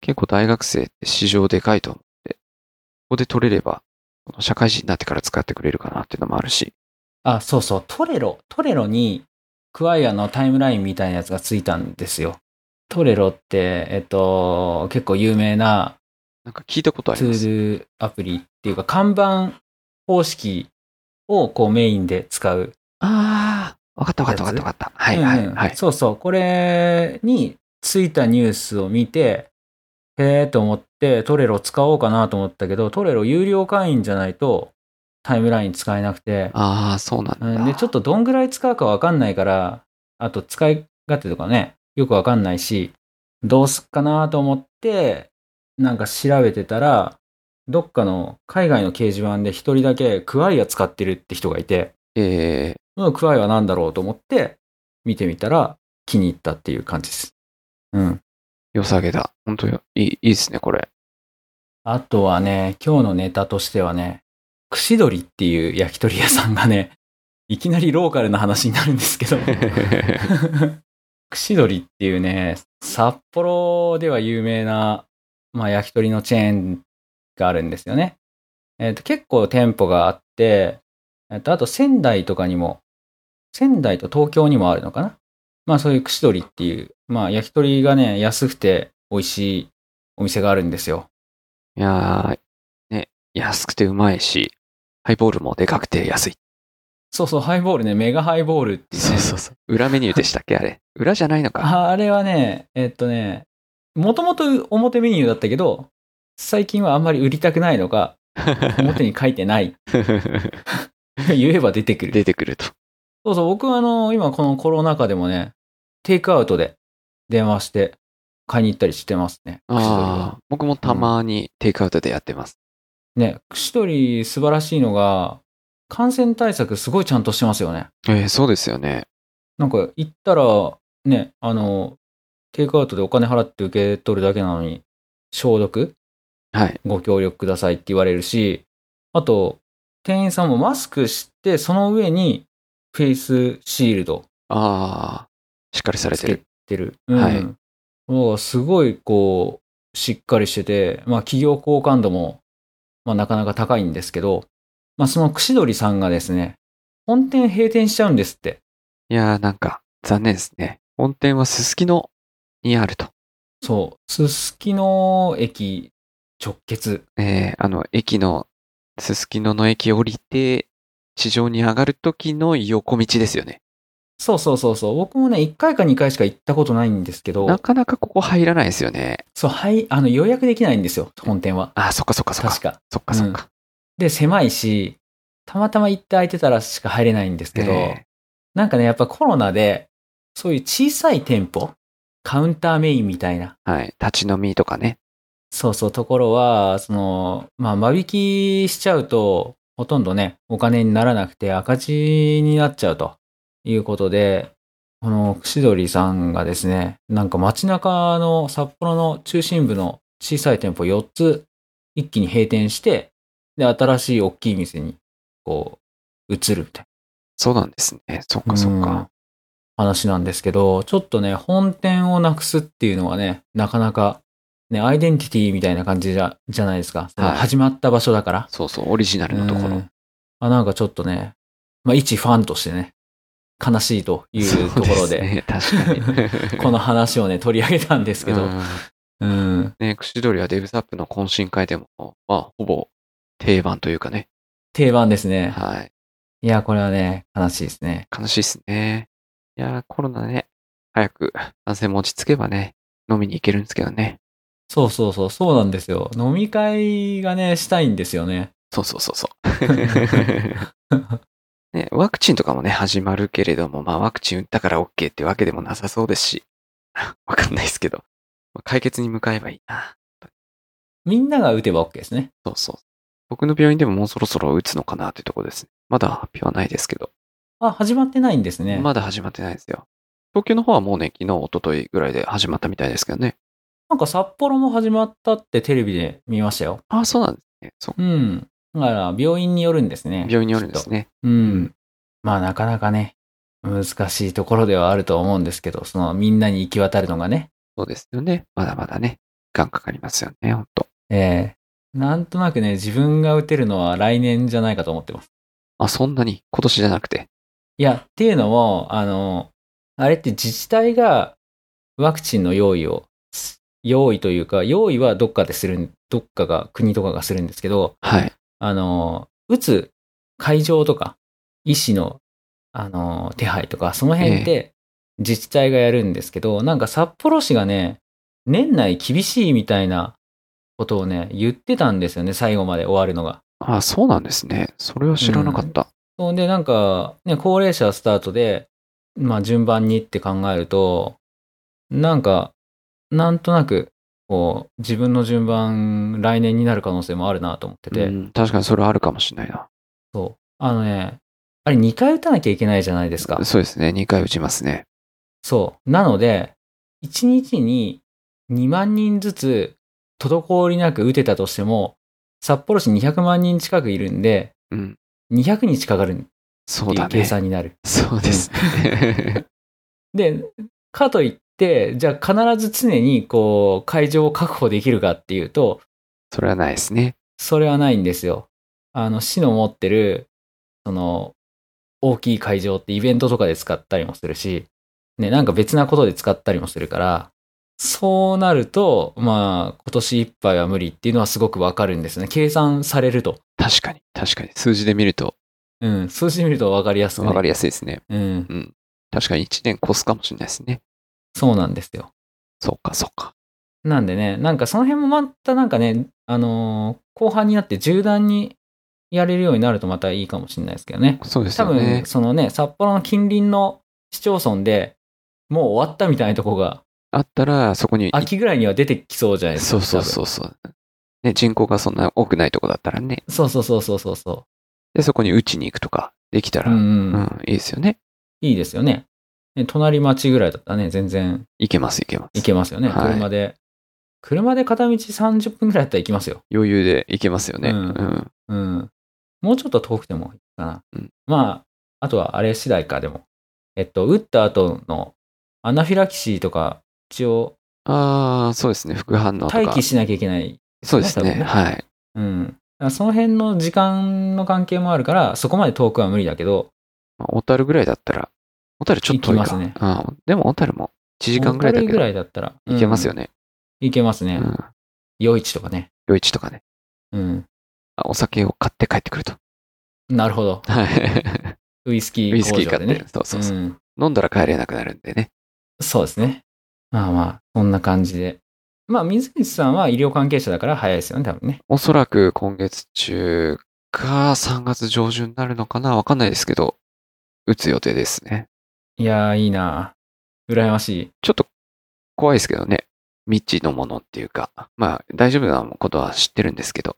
[SPEAKER 1] 結構大学生って市場でかいと思って、ここで取れれば、この社会人になってから使ってくれるかなっていうのもあるし、
[SPEAKER 2] あ、そうそう。トレロ、トレロに、クワイアのタイムラインみたいなやつがついたんですよ。トレロって、えっと、結構有名な
[SPEAKER 1] なんか聞いたことあり
[SPEAKER 2] ツ
[SPEAKER 1] ます。
[SPEAKER 2] ールアプリっていうか、看板方式をこうメインで使う。
[SPEAKER 1] ああ、わかったわかったわかったわかった。はいはい
[SPEAKER 2] うんうん
[SPEAKER 1] はい。
[SPEAKER 2] そうそう。これについたニュースを見て、へえと思って、トレロ使おうかなと思ったけど、トレロ有料会員じゃないとタイムライン使えなくて、
[SPEAKER 1] ああ、そうなんだ。
[SPEAKER 2] うんで、ちょっとどんぐらい使うかわかんないから、あと使い勝手とかね、よくわかんないし、どうすっかなと思って、なんか調べてたら、どっかの海外の掲示板で一人だけクワイア使ってるって人がいて、
[SPEAKER 1] え
[SPEAKER 2] うんクワイアなんだろうと思って見てみたら気に入ったっていう感じです。うん。
[SPEAKER 1] ー、良さげだ。本当よ。いい、いいですね、こ れ。
[SPEAKER 2] あとはね、今日のネタとしてはね、串鳥っていう焼き鳥屋さんがね、いきなりローカルな話になるんですけど、串鳥っていうね、札幌では有名な、まあ、焼き鳥のチェーンがあるんですよね。えっ、と、結構店舗があって、えっ、と、あと仙台とかにも、仙台と東京にもあるのかなまあ、そういう串鳥っていう、まあ、焼き鳥がね、安くて美味しいお店があるんですよ。
[SPEAKER 1] いやー、ね、安くてうまいし、ハイボールもでかくて安い。
[SPEAKER 2] そうそう、ハイボールね、メガハイボールっていうね。
[SPEAKER 1] うそう。裏メニューでしたっけ、あれ。裏じゃないのか。
[SPEAKER 2] ああれはね、えっとね、もともと表メニューだったけど、最近はあんまり売りたくないのか、表に書いてない。 言えば出てく る。
[SPEAKER 1] 出てくると。
[SPEAKER 2] そうそう、僕はあの、今このコロナ禍でもね、テイクアウトで電話して買いに行ったりしてますね。串鳥は
[SPEAKER 1] ああ、僕もたまにテイクアウトでやってます。
[SPEAKER 2] ね、串取り素晴らしいのが、感染対策すごいちゃんとしてますよね。
[SPEAKER 1] えー、そうですよね。
[SPEAKER 2] なんか行ったら、ね、あの、テイクアウトでお金払って受け取るだけなのに、消毒
[SPEAKER 1] はい。
[SPEAKER 2] ご協力くださいって言われるし、あと、店員さんもマスクして、その上にフェイスシールド
[SPEAKER 1] ああ、しっかりされ
[SPEAKER 2] つ
[SPEAKER 1] て
[SPEAKER 2] け
[SPEAKER 1] る。
[SPEAKER 2] てる。うん
[SPEAKER 1] はい
[SPEAKER 2] もうすごいこう、しっかりしてて、まあ企業好感度も、まあなかなか高いんですけど、まあその串取さんがですね、本店閉店しちゃうんですって。
[SPEAKER 1] いやー、なんか、残念ですね。本店はすすきのにあると。
[SPEAKER 2] そう、すすきの駅直結。
[SPEAKER 1] えーあの、駅の、すすきのの駅降りて、地上に上がる時の横道ですよね。
[SPEAKER 2] そうそうそうそう。僕もね、1回か2回しか行ったことないんですけど、
[SPEAKER 1] なかなかここ入らないですよね。
[SPEAKER 2] そう、はい、あの、予約できないんですよ、本店は。
[SPEAKER 1] あー、そっかそっかそっか。
[SPEAKER 2] 確か。
[SPEAKER 1] そっかそっか。
[SPEAKER 2] で、狭いし、たまたま行って空いてたらしか入れないんですけど、
[SPEAKER 1] え
[SPEAKER 2] なんかね、やっぱコロナで、そういう小さい店舗、カウンターメインみたいな、
[SPEAKER 1] ーはい。立ち飲みとかね。
[SPEAKER 2] そうそう、ところは、その、まあ、間引きしちゃうと、ほとんどね、お金にならなくて赤字になっちゃうということで、この、串取さんがですね、なんか街中の札幌の中心部の小さい店舗4つ、一気に閉店して、で、新しい大きい店に、こう、移るみたいな。
[SPEAKER 1] そうなんですね。そっかそっ
[SPEAKER 2] うん
[SPEAKER 1] か。
[SPEAKER 2] 話なんですけど、ちょっとね、本店をなくすっていうのはね、なかなか、ね、アイデンティティみたいな感じじゃじゃないですか。その
[SPEAKER 1] はい
[SPEAKER 2] 始まった場所だから。
[SPEAKER 1] そうそう、オリジナルのとこ
[SPEAKER 2] う
[SPEAKER 1] ろ
[SPEAKER 2] ん。あなんかちょっとね、まあ、一ファンとしてね、悲しいとい
[SPEAKER 1] そう
[SPEAKER 2] うところで、
[SPEAKER 1] すね、確かに。
[SPEAKER 2] この話をね、取り上げたんですけど、
[SPEAKER 1] うん
[SPEAKER 2] うん。
[SPEAKER 1] ね、串取りはデブサップの懇親会でも、まあ、ほぼ定番というかね。
[SPEAKER 2] 定番ですね。
[SPEAKER 1] はい。
[SPEAKER 2] いや、これはね、悲しいですね。
[SPEAKER 1] 悲しいですね。いやー、コロナね、早く感染も落ち着けばね、飲みに行けるんですけどね。
[SPEAKER 2] そうそうそう、そうなんですよ。飲み会がね、したいんですよね。
[SPEAKER 1] そうそうそう そう。ね、ワクチンとかもね、始まるけれども、まあ、ワクチン打ったから OK ってわけでもなさそうですし、 わかんないですけど、まあ解決に向かえばいいな。
[SPEAKER 2] みんなが打てば OK ですね。
[SPEAKER 1] そうそう。僕の病院でももうそろそろ打つのかなってとこですね。まだ発表はないですけど、
[SPEAKER 2] あ、始まってないんですね。
[SPEAKER 1] まだ始まってないですよ。東京の方はもうね、昨日、一昨日ぐらいで始まったみたいですけどね。
[SPEAKER 2] なんか札幌も始まったってテレビで見ましたよ。
[SPEAKER 1] ああ、そうなんですね。そう
[SPEAKER 2] うん。だから、病院によるんですね。
[SPEAKER 1] 病院によるんで
[SPEAKER 2] きっ
[SPEAKER 1] す
[SPEAKER 2] と
[SPEAKER 1] ね。
[SPEAKER 2] うん。まあ、なかなかね、難しいところではあると思うんですけど、その、みんなに行き渡るのがね、
[SPEAKER 1] そうですよね。まだまだね、時間かかりますよね、ほんと。
[SPEAKER 2] ええなんとなくね、自分が打てるのは来年じゃないかと思ってます。
[SPEAKER 1] あ、そんなに、今年じゃなくて。
[SPEAKER 2] いや、っていうのも、あの、あれって自治体がワクチンの用意を、用意というか、用意はどっかでするん、どっかが、国とかがするんですけど、
[SPEAKER 1] はい。
[SPEAKER 2] あの、打つ会場とか、医師の、あの、手配とか、その辺って自治体がやるんですけど、なんか札幌市がね、年内厳しいみたいなことをね、言ってたんですよね、最後まで終わるのが。
[SPEAKER 1] あ、そうなんですね。それは知らなかった。
[SPEAKER 2] そんで、なんか、ね、高齢者スタートで、まあ、順番にって考えると、なんか、なんとなく、こう、自分の順番、来年になる可能性もあるなと思ってて、
[SPEAKER 1] うん確かにそれはあるかもしれないな。
[SPEAKER 2] そう。あのね、あれ2回打たなきゃいけないじゃないですか。
[SPEAKER 1] そうですね。2回打ちますね。
[SPEAKER 2] そう。なので、1日に2万人ずつ滞りなく打てたとしても、札幌市200万人近くいるんで、
[SPEAKER 1] うん。
[SPEAKER 2] 200日かかるって
[SPEAKER 1] そう
[SPEAKER 2] いう
[SPEAKER 1] だ
[SPEAKER 2] 計
[SPEAKER 1] ね。
[SPEAKER 2] 算になる。
[SPEAKER 1] そうですね。
[SPEAKER 2] で、かといって、じゃあ必ず常にこう、会場を確保できるかっていうと、
[SPEAKER 1] それはないですね。
[SPEAKER 2] それはないんですよ。あの、市の持ってる、その、大きい会場ってイベントとかで使ったりもするし、ね、なんか別なことで使ったりもするから、そうなると、まあ、今年いっぱいは無理っていうのはすごくわかるんですね。計算されると。
[SPEAKER 1] 確かに。確かに。数字で見ると
[SPEAKER 2] うん、数字見るとわかりやすく、ね。
[SPEAKER 1] 分かりやすいですね。
[SPEAKER 2] うん、
[SPEAKER 1] うん。確かに1年越すかもしれないですね。
[SPEAKER 2] そうなんですよ。
[SPEAKER 1] そうか、そうか。
[SPEAKER 2] なんでね、なんかその辺もまたなんかね、あのー後半になって柔軟にやれるようになるとまたいいかもしれないですけどね。
[SPEAKER 1] そうです
[SPEAKER 2] 多
[SPEAKER 1] よね
[SPEAKER 2] 分、。そのね、札幌の近隣の市町村でもう終わったみたいなとこが、
[SPEAKER 1] あったら、そこに
[SPEAKER 2] 秋ぐらいには出てきそうじゃないです
[SPEAKER 1] そ
[SPEAKER 2] か。
[SPEAKER 1] うそうそうそう。ね、人口がそんな多くないとこだったらね。
[SPEAKER 2] 多分。そうそうそうそうそうそ
[SPEAKER 1] で、そこに打ちに行くとかできた
[SPEAKER 2] う。
[SPEAKER 1] ら、
[SPEAKER 2] う
[SPEAKER 1] うん、
[SPEAKER 2] んうん。
[SPEAKER 1] いいですよね。
[SPEAKER 2] いいですよね。ね隣町ぐらいだったらね、全然
[SPEAKER 1] 行けます、行けます。
[SPEAKER 2] 行けますよね。
[SPEAKER 1] はい
[SPEAKER 2] 車で。車で片道30分ぐらいだったら行きますよ。
[SPEAKER 1] 余裕で行けますよね。
[SPEAKER 2] う
[SPEAKER 1] うんん。
[SPEAKER 2] うん。もうちょっと遠くてもいいかな。
[SPEAKER 1] うん
[SPEAKER 2] まあ、あとはあれ次第か、でも。えっと、打った後のアナフィラキシーとか、一応
[SPEAKER 1] ああ、そうですね。副反応とか。
[SPEAKER 2] 待機しなきゃいけない
[SPEAKER 1] そうです
[SPEAKER 2] ね多
[SPEAKER 1] ね。
[SPEAKER 2] 分ね
[SPEAKER 1] はい。
[SPEAKER 2] うん。だからその辺の時間の関係もあるから、そこまで遠くは無理だけど、
[SPEAKER 1] まあ小樽ぐらいだったら、小樽ちょっと遠いか。
[SPEAKER 2] 行きますね
[SPEAKER 1] うんでも小樽も1時間ぐらいだ
[SPEAKER 2] 小
[SPEAKER 1] け
[SPEAKER 2] 樽ぐら
[SPEAKER 1] ど、
[SPEAKER 2] いだったら。
[SPEAKER 1] 行けますよ
[SPEAKER 2] ね。
[SPEAKER 1] ね。
[SPEAKER 2] 行けます
[SPEAKER 1] う
[SPEAKER 2] ね。
[SPEAKER 1] ん。
[SPEAKER 2] 夜市とかね。
[SPEAKER 1] 夜市とかね。
[SPEAKER 2] うん。
[SPEAKER 1] あお酒を買って帰ってくると。
[SPEAKER 2] なるほど。
[SPEAKER 1] はい。
[SPEAKER 2] ウイスキ
[SPEAKER 1] ウ
[SPEAKER 2] ー
[SPEAKER 1] イスキ
[SPEAKER 2] 工
[SPEAKER 1] ー買
[SPEAKER 2] 場で
[SPEAKER 1] って、
[SPEAKER 2] ね。
[SPEAKER 1] そうそうそう、
[SPEAKER 2] ん。
[SPEAKER 1] 飲んだら帰れなくなるんでね。
[SPEAKER 2] そうですね。まあまあ、そんな感じで。まあ、水口さんは医療関係者だから早いですよね、多分ね。
[SPEAKER 1] おそらく今月中か3月上旬になるのかなわかんないですけど、打つ予定ですね。
[SPEAKER 2] いやー、いいなぁ羨ましい。
[SPEAKER 1] ちょっと怖いですけどね。未知のものっていうか、まあ大丈夫なことは知ってるんですけど、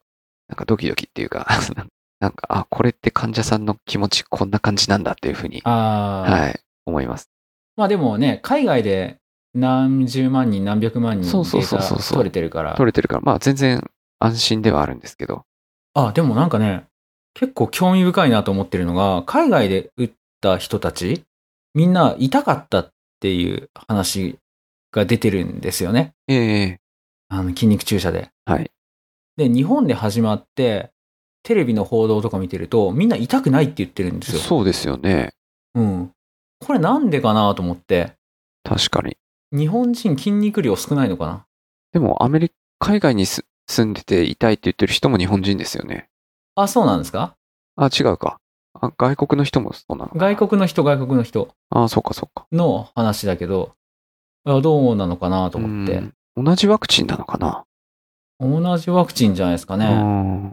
[SPEAKER 1] なんかドキドキっていうか、 なんか、あ、これって患者さんの気持ちこんな感じなんだっていうふうに、
[SPEAKER 2] あー。
[SPEAKER 1] はい、思います。
[SPEAKER 2] まあでもね、海外で何十万人、何百万人
[SPEAKER 1] そう
[SPEAKER 2] デ
[SPEAKER 1] そうそうそう
[SPEAKER 2] ータ
[SPEAKER 1] そう
[SPEAKER 2] 取れてるから。
[SPEAKER 1] 取れてるから、まあ全然安心ではあるんですけど、
[SPEAKER 2] あ、でもなんかね、結構興味深いなと思ってるのが、海外で打った人たち、みんな痛かったっていう話が出てるんですよね。
[SPEAKER 1] ええ
[SPEAKER 2] あの、筋肉注射で。
[SPEAKER 1] はい。
[SPEAKER 2] で、日本で始まって、テレビの報道とか見てると、みんな痛くないって言ってるんですよ。
[SPEAKER 1] そうですよね。
[SPEAKER 2] うん。これなんでかなと思って、
[SPEAKER 1] 確かに。
[SPEAKER 2] 日本人筋肉量少ないのかな
[SPEAKER 1] でも、アメリカ、海外にす住んでて痛いって言ってる人も日本人ですよね。
[SPEAKER 2] あ、そうなんですか
[SPEAKER 1] あ、違うか。あ、外国の人もそうなのかな
[SPEAKER 2] 外国の人、外国の人
[SPEAKER 1] あ、そうか、そうか。
[SPEAKER 2] の話だけど、いやどうなのかなと思って。
[SPEAKER 1] うん同じワクチンなのかな、
[SPEAKER 2] 同じワクチンじゃないですかね。
[SPEAKER 1] うん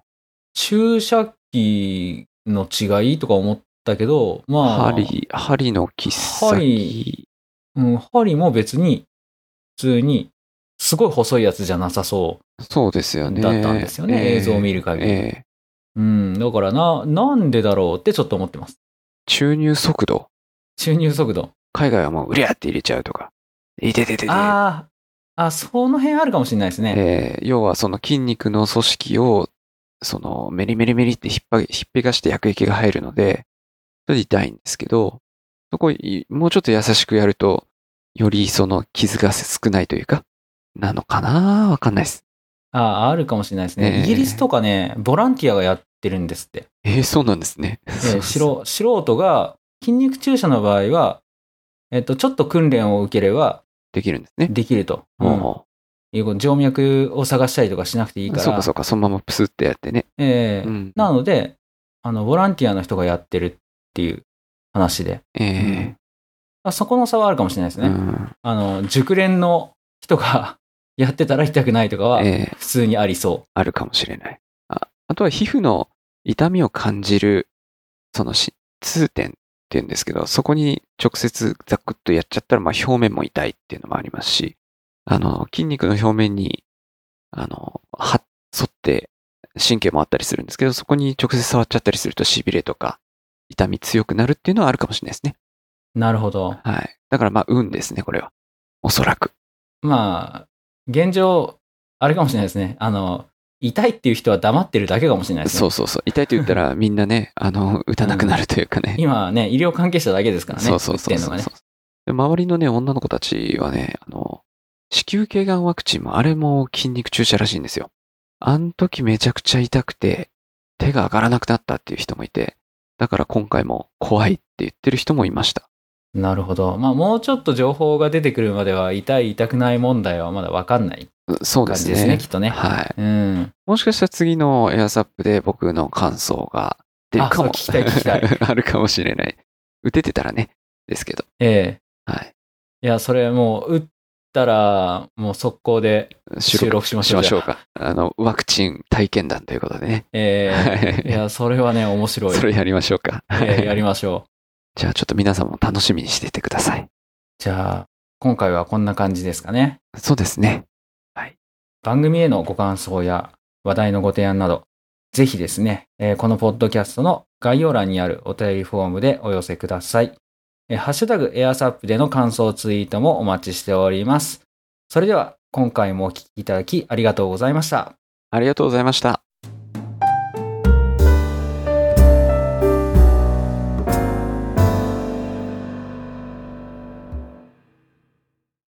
[SPEAKER 2] 注射器の違いとか思ったけど、まあ、
[SPEAKER 1] 針、針の切っ先
[SPEAKER 2] 針。うん、針も別に、普通に、すごい細いやつじゃなさそ
[SPEAKER 1] そうですよ
[SPEAKER 2] う
[SPEAKER 1] ね。
[SPEAKER 2] だったんですよね。
[SPEAKER 1] ええ
[SPEAKER 2] 映像を見る限り、
[SPEAKER 1] ええ
[SPEAKER 2] うん、だからな、なんでだろうってちょっと思ってます。
[SPEAKER 1] 注入速度。
[SPEAKER 2] 注入速度。
[SPEAKER 1] 海外はもう、うりゃって入れちゃうとか。いてててて。
[SPEAKER 2] ああ、あ、その辺あるかもしれないですね。
[SPEAKER 1] えー要はその筋肉の組織を、そのメリメリメリって引っ張りひっぺがして薬液が入るので、それで痛いんですけど、そこい、もうちょっと優しくやると、よりその傷が少ないというか、なのかなわかんないです。
[SPEAKER 2] ああ、あるかもしれないですね、
[SPEAKER 1] ええ
[SPEAKER 2] イギリスとかね、ボランティアがやってるんですって。
[SPEAKER 1] えーそうなんですね。
[SPEAKER 2] ええ素素人が、筋肉注射の場合は、えっと、ちょっと訓練を受ければ
[SPEAKER 1] できるんですね。
[SPEAKER 2] できると。うん
[SPEAKER 1] も
[SPEAKER 2] いうこと静脈を探したりとかしなくていいうから。
[SPEAKER 1] そうかそうか、そのままプスってやってね。
[SPEAKER 2] ええ
[SPEAKER 1] うん
[SPEAKER 2] なので、あの、ボランティアの人がやってるっていう話で。
[SPEAKER 1] え
[SPEAKER 2] あそこの差はあるかもしれないです
[SPEAKER 1] ー
[SPEAKER 2] ね。
[SPEAKER 1] うん
[SPEAKER 2] あの、熟練の人がやってたら痛くないとかは、
[SPEAKER 1] えー
[SPEAKER 2] 普通にありそ
[SPEAKER 1] あるかもしれない。ああとは皮膚の痛みを感じる、そのし痛点って言うんですけど、そこに直接ザクッとやっちゃったら、まあ表面も痛いっていうのもありますし、あの、筋肉の表面に、あの、は、沿って神経もあったりするんですけど、そこに直接触っちゃったりすると痺れとか、痛み強くなるっていうのはあるかもしれないですね。
[SPEAKER 2] う。なるほど。
[SPEAKER 1] はい。だからまあ運ですね、これは。おそらく。
[SPEAKER 2] まあ、現状、あれかもしれないですね。あの、痛いっていう人は黙ってるだけかもしれないですね。
[SPEAKER 1] そうそうそう。痛いと言った らみんなね、あの、打たなくなるというかね。
[SPEAKER 2] 今はね、医療関係者だけですからね。
[SPEAKER 1] そうそうそう
[SPEAKER 2] 打ってん
[SPEAKER 1] そ
[SPEAKER 2] の
[SPEAKER 1] う
[SPEAKER 2] がね
[SPEAKER 1] そう。で周りのね、女の子たちはね、あの、子宮頸がんワクチンもあれも筋肉注射らしいんですよ。あの時めちゃくちゃ痛くて、手が上がらなくなったっていう人もいて、だから今回も怖いって言ってる人もいました。
[SPEAKER 2] なるほど。まあ、もうちょっと情報が出てくるまでは、痛い、痛くない問題はまだ分かんないう
[SPEAKER 1] そうで
[SPEAKER 2] 感
[SPEAKER 1] す
[SPEAKER 2] じ
[SPEAKER 1] ね。
[SPEAKER 2] ですね、きっとね。
[SPEAKER 1] はい。
[SPEAKER 2] うん。
[SPEAKER 1] もしかしたら次のエアサップで僕の感想が出るかも。
[SPEAKER 2] あそう聞きたい聞き た
[SPEAKER 1] あるかもしれない。打ててたらね、ですけど。
[SPEAKER 2] ええ
[SPEAKER 1] はい。
[SPEAKER 2] いや、それもう、打ったら、もう速攻で収録しまし
[SPEAKER 1] し
[SPEAKER 2] ょう。
[SPEAKER 1] ましょうか。あの、ワクチン体験談ということでね。
[SPEAKER 2] ええ
[SPEAKER 1] はい
[SPEAKER 2] いや、それはね、面白い。
[SPEAKER 1] それやりましょうか。
[SPEAKER 2] ええやりましょう。
[SPEAKER 1] じゃあちょっと皆さんも楽しみにしていてください。
[SPEAKER 2] じゃあ、今回はこんな感じですかね。
[SPEAKER 1] そうですね。
[SPEAKER 2] 番組へのご感想や話題のご提案など、ぜひですね、えーこのポッドキャストの概要欄にあるお便りフォームでお寄せください。えーハッシュタグエアサップでの感想ツイートもお待ちしております。それでは、今回もお聞きいただきありがとうございました。
[SPEAKER 1] ありがとうございました。